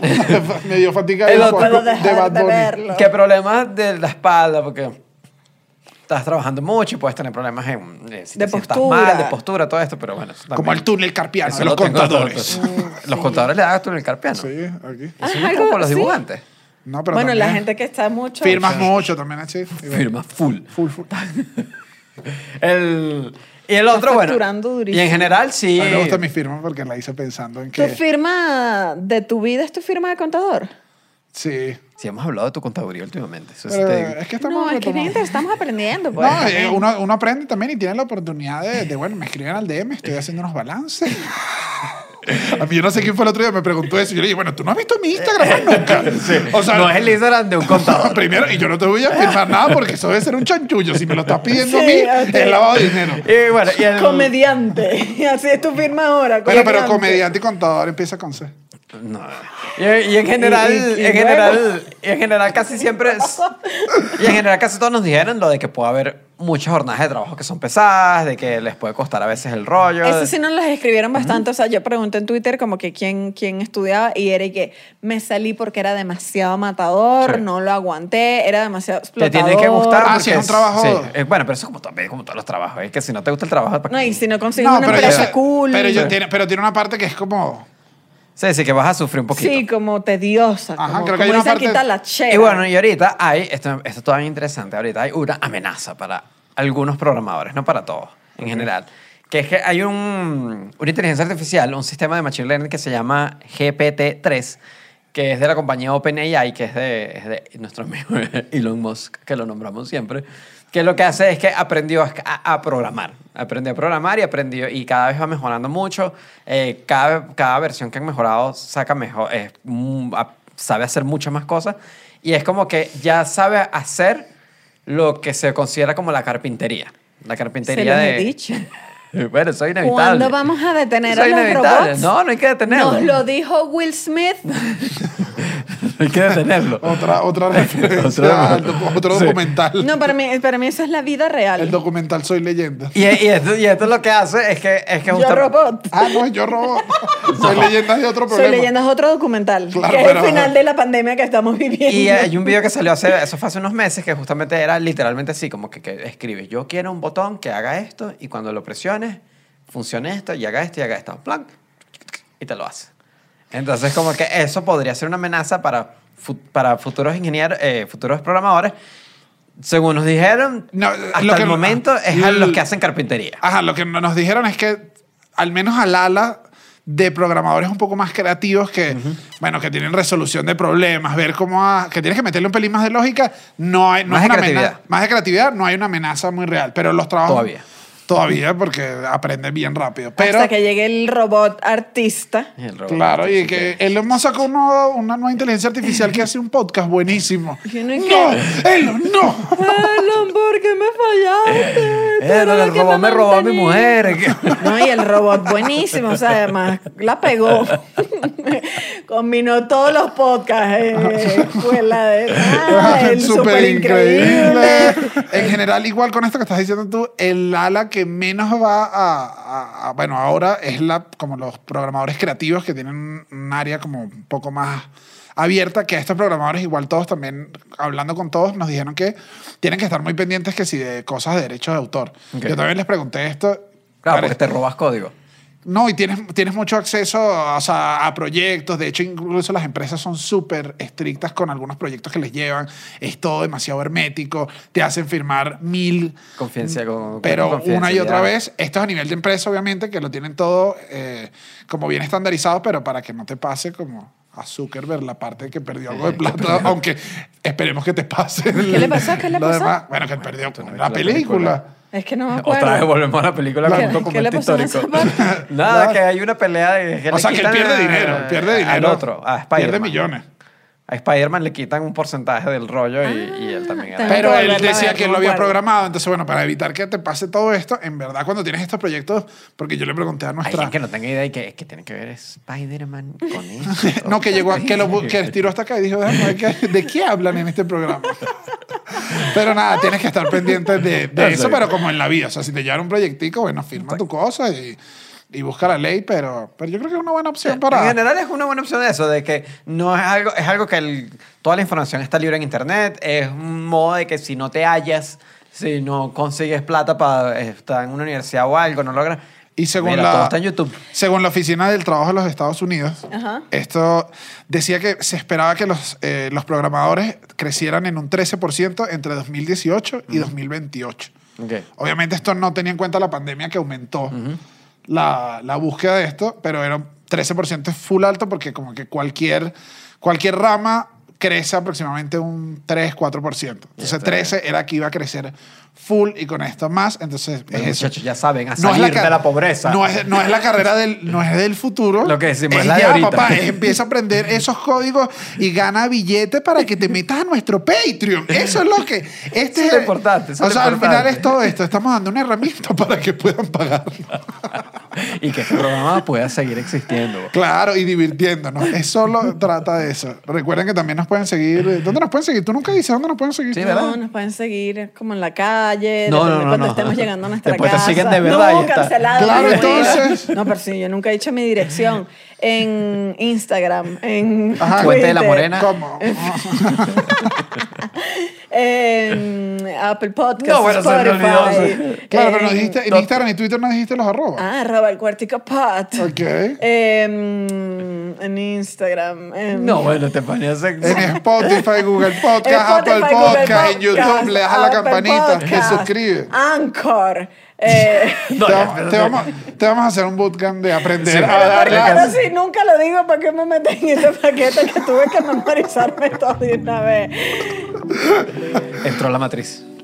Me dio fatiga
El
visual
otro-
Puedo
de Bad
dejar de
Bunny.
verlo.
¿Qué problemas de la espalda? Porque estás trabajando mucho y puedes tener problemas en, eh, si
De
te sientas
postura.
mal, de postura, todo esto, pero bueno. eso
Como
también-
el túnel carpiano
eso
de los
lo tengo- pues.
contadores.
los contadores le dan tú en el carpiano.
Sí, aquí.
Ah,
Eso es
algo
como los
así.
dibujantes.
No, pero
Bueno, la
también
gente que está mucho...
Firmas mucho también, ¿eh? así.
Firma full.
Full, full.
El, y el otro, bueno.
facturando durísimo.
Y en general, sí.
A mí me gusta mi firma porque la hice pensando en
¿Tu
que.
firma de tu vida es tu firma de contador?
Sí.
Sí, hemos hablado de tu contaduría últimamente. Eso sí
Pero
Pues
eh,
te-
es que estamos
No, es que
retomando.
gente, estamos aprendiendo. Pues,
No, eh,
también.
uno, uno aprende también y tiene la oportunidad de, de, bueno, me escriben al DM,
Eh.
estoy haciendo unos balances. A mí yo no sé quién fue el otro día, me preguntó eso. y Yo le dije, bueno, tú no has visto mi Instagram más nunca. O sea,
Eh. no es el Instagram de un contador.
Primero, y yo no te voy a firmar nada porque eso debe ser un chanchullo. Si me lo estás pidiendo a mí,
Sí, ok.
es lavado de dinero.
y bueno, y el-
Comediante. Así es tu firma ahora.
eh, Bueno, pero
comediante.
comediante y contador empieza con C.
No. Y, y en general,
Y- y- y
en
luego.
general, y en general casi siempre es- y en general casi todos nos dijeron lo de que puede haber muchas jornadas de trabajo que son pesadas, de que les puede costar a veces el rollo.
Eso sí nos las escribieron bastante. O sea, yo pregunté en Twitter como que quién, quién estudiaba y era y que me salí porque era demasiado matador,
Sí.
no lo aguanté, era demasiado
te
explotador.
tiene que gustar.
Ah,
porque
sí, es un trabajo.
sí, eh, bueno, pero eso es como, también como todos los trabajos. Es que si no te gusta el trabajo... ¿para
No,
qué?
y si no consigues
pues.
una
No, pero, yo
empresa
sé-
cool.
pero, yo
Sí.
tiene, pero tiene una parte que es como.
Sí, sí, que vas a sufrir un poquito.
Sí, como tediosa.
Ajá,
como,
creo
como
que hay una
dicen,
parte-
quita la chera.
Y Eh, bueno, y ahorita hay, esto, esto es todavía interesante, ahorita hay una amenaza para algunos programadores, no para todos. en general. Que es que hay un, una inteligencia artificial, un sistema de machine learning que se llama GPT-3, que es de la compañía OpenAI, que es de, es de nuestro amigo Elon Musk, que lo nombramos siempre, que lo que hace es que aprendió a, a- a programar. Aprendió a programar y aprendió, y cada vez va mejorando mucho. Eh, cada, cada versión que han mejorado saca mejor, es mu- a- sabe hacer muchas más cosas. Y es como que ya sabe hacer lo que se considera como la carpintería. La carpintería
Se los
de... Eh,
he dicho.
Bueno, soy inevitable.
¿Cuándo vamos a detener
Eso
a
es
los
inevitable.
robots?
No, no hay que detenerlo.
Nos lo dijo Will Smith.
Hay que detenerlo.
Otra, otra referencia,
Otro-
al docu- otro
Sí.
documental.
No, para mí, para mí eso es la vida
El
real.
documental Soy Leyenda.
Y, y esto, y esto lo que hace es que... Es que
Yo
justa-
robot.
Ah, no, yo robo. Soy Leyenda de otro
Soy
problema.
leyenda es otro documental.
Claro,
que es
pero-
el final de la pandemia que estamos viviendo.
Y eh, hay un video que salió hace, eso fue hace unos meses, que justamente era literalmente así, como que, que escribes, yo quiero un botón que haga esto y cuando lo presiones, funcione esto y haga esto y haga esto, plan, y te lo hace. Entonces como que eso podría ser una amenaza para, fu- para futuros ingenieros, eh, futuros programadores. Según nos dijeron,
No,
hasta
lo que-
el momento es a
l-
los que hacen carpintería.
Ajá, lo que no- nos dijeron es que al menos al ala de programadores un poco más creativos que, bueno, que tienen resolución de problemas, ver cómo, a- que tienes que meterle un pelín más de lógica, no hay, no
Más
es
de
una amena-
creatividad.
más de creatividad, no hay una amenaza muy real, pero los trabajos
Todavía.
todavía porque aprenden bien rápido, pero
Hasta que llegue el robot artista.
El robot.
claro y que Elon Musk sacó uno- una nueva inteligencia artificial que hace un podcast buenísimo.
Y uno, ¿y qué?
No, Elon, no.
Elon, ¿por qué me fallaste?
Eh,
Pero
no,
lo
el
que
robot me robó a mi
mantenía.
mujer.
No, y el robot buenísimo, o sea, además la pegó. Combinó todos los podcasts. eh, fue la de. ah, el super increíble.
En general, igual con esto que estás diciendo tú, el ala que menos va a, a- a- bueno, ahora es la como los programadores creativos que tienen un área como un poco más abierta que a estos programadores igual todos también hablando con todos nos dijeron que tienen que estar muy pendientes que si de cosas de derechos de autor.
Ok.
Yo también les pregunté esto.
Claro,
Claro,
porque te robas código.
no, y tienes, tienes mucho acceso o sea, a proyectos. De hecho, incluso las empresas son súper estrictas con algunos proyectos que les llevan. Es todo demasiado hermético. Te hacen firmar mil.
Confidencia con
Pero una y otra
confidencialidad.
vez, esto es a nivel de empresa, obviamente, que lo tienen todo eh, como bien estandarizado, pero para que no te pase como a Zuckerberg la parte que perdió algo de plata, aunque esperemos que te pase.
¿Qué le pasó? ¿Qué le pasó?
Bueno, que perdió
tú no
con
viste
la
la
película.
Es que no me acuerdo.
Otra vez volvemos a la película
¿Qué-
con un
qué le
documento
pasó en
histórico.
esa
Nada, que hay una pelea de.
O
le
sea, que él
quitan
pierde
a-
dinero, pierde
Al
dinero.
otro, a Spider-Man.
Pierde millones.
A Spider-Man le quitan un porcentaje del rollo y, y él también
Ah.
era.
también. Tengo
Pero
que
él
volverla a
decía
ver,
que
no
él
me
lo había
acuerdo.
programado, entonces bueno, para evitar que te pase todo esto, en verdad cuando tienes estos proyectos, porque yo le pregunté a nuestra...
Alguien que no tenga idea y que, que tiene que ver Spider-Man con eso.
No, que llegó, a- que, lo, que estiró hasta acá y dijo, "Déjame ver qué- ¿de qué hablan en este programa? Pero nada, tienes que estar pendiente de, de eso, pero como en la vida. O sea, si te llevan un proyectico, bueno, firma tu cosa y, y busca la ley, pero, pero yo creo que es una buena
Eh,
opción
En
para...
general es una buena opción de eso, de que no es algo, es algo que el- toda la información está libre en internet, es un modo de que si no te hallas, si no consigues plata para estar en una universidad o algo, no logras.
Y según
Mira,
la,
todo está en YouTube.
Según la Oficina del Trabajo de los Estados Unidos,
Ajá.
esto decía que se esperaba que los, eh, los programadores crecieran en un 13% entre 2018 y 2028. Obviamente esto no tenía en cuenta la pandemia que aumentó la, la búsqueda de esto, pero era un 13% es full alto porque como que cualquier, cualquier rama crece aproximadamente un 3-4%. Entonces 13 era que iba a crecer full y con esto más, entonces es
Los
eso.
muchachos ya saben, a
No es
salir
ca-
de la pobreza.
No es, no es la carrera del, no es del futuro.
Lo que decimos, es la de
ya,
ahorita.
papá, es- empieza a aprender esos códigos y gana billete para que te metas a nuestro Patreon. Eso es lo que. Este
es lo importante, eso
O
es lo
sea, al final
importante.
es todo esto. Estamos dando una herramienta para que puedan pagar.
y que este programa pueda seguir existiendo.
Claro, y divirtiéndonos. Es solo trata de eso. Recuerden que también nos pueden seguir. eh, ¿Dónde nos pueden seguir? Tú nunca dices dónde nos pueden seguir.
Sí, ¿verdad?
No, nos pueden seguir como en la calle,
No,
depende
no, no,
cuando
no.
estemos llegando a nuestra
Después te
casa.
siguen de verdad y
no,
está-
cancelado.
Claro,
me muero.
entonces.
No, pero sí, yo nunca he dicho mi dirección. En Instagram, en
Ajá.
Fuente de la
Twitter,
Morena.
¿Cómo?
En Apple Podcasts,
No, bueno, se me
Spotify.
olvidó,
claro, pero
en-
no dijiste. En
Dot-
Instagram y Twitter no dijiste los arrobas.
Ah, arroba el cuartico pot.
Ok.
Em, en Instagram. em,
No, bueno, te ponías en...
En Spotify, Google Podcast,
en Spotify,
Apple
Google
Podcast, en YouTube,
Podcast,
le das a la
Apple
campanita, te
Podcast,
suscribes.
Anchor. Eh,
No,
te,
ya,
vamos,
pero-
te vamos- te vamos a hacer un bootcamp de aprender
Sí.
a dar
pero
la-
claro, si nunca lo digo, ¿para qué me meten en este paquete que tuve que memorizarme todo de una vez?
Entró a la matriz.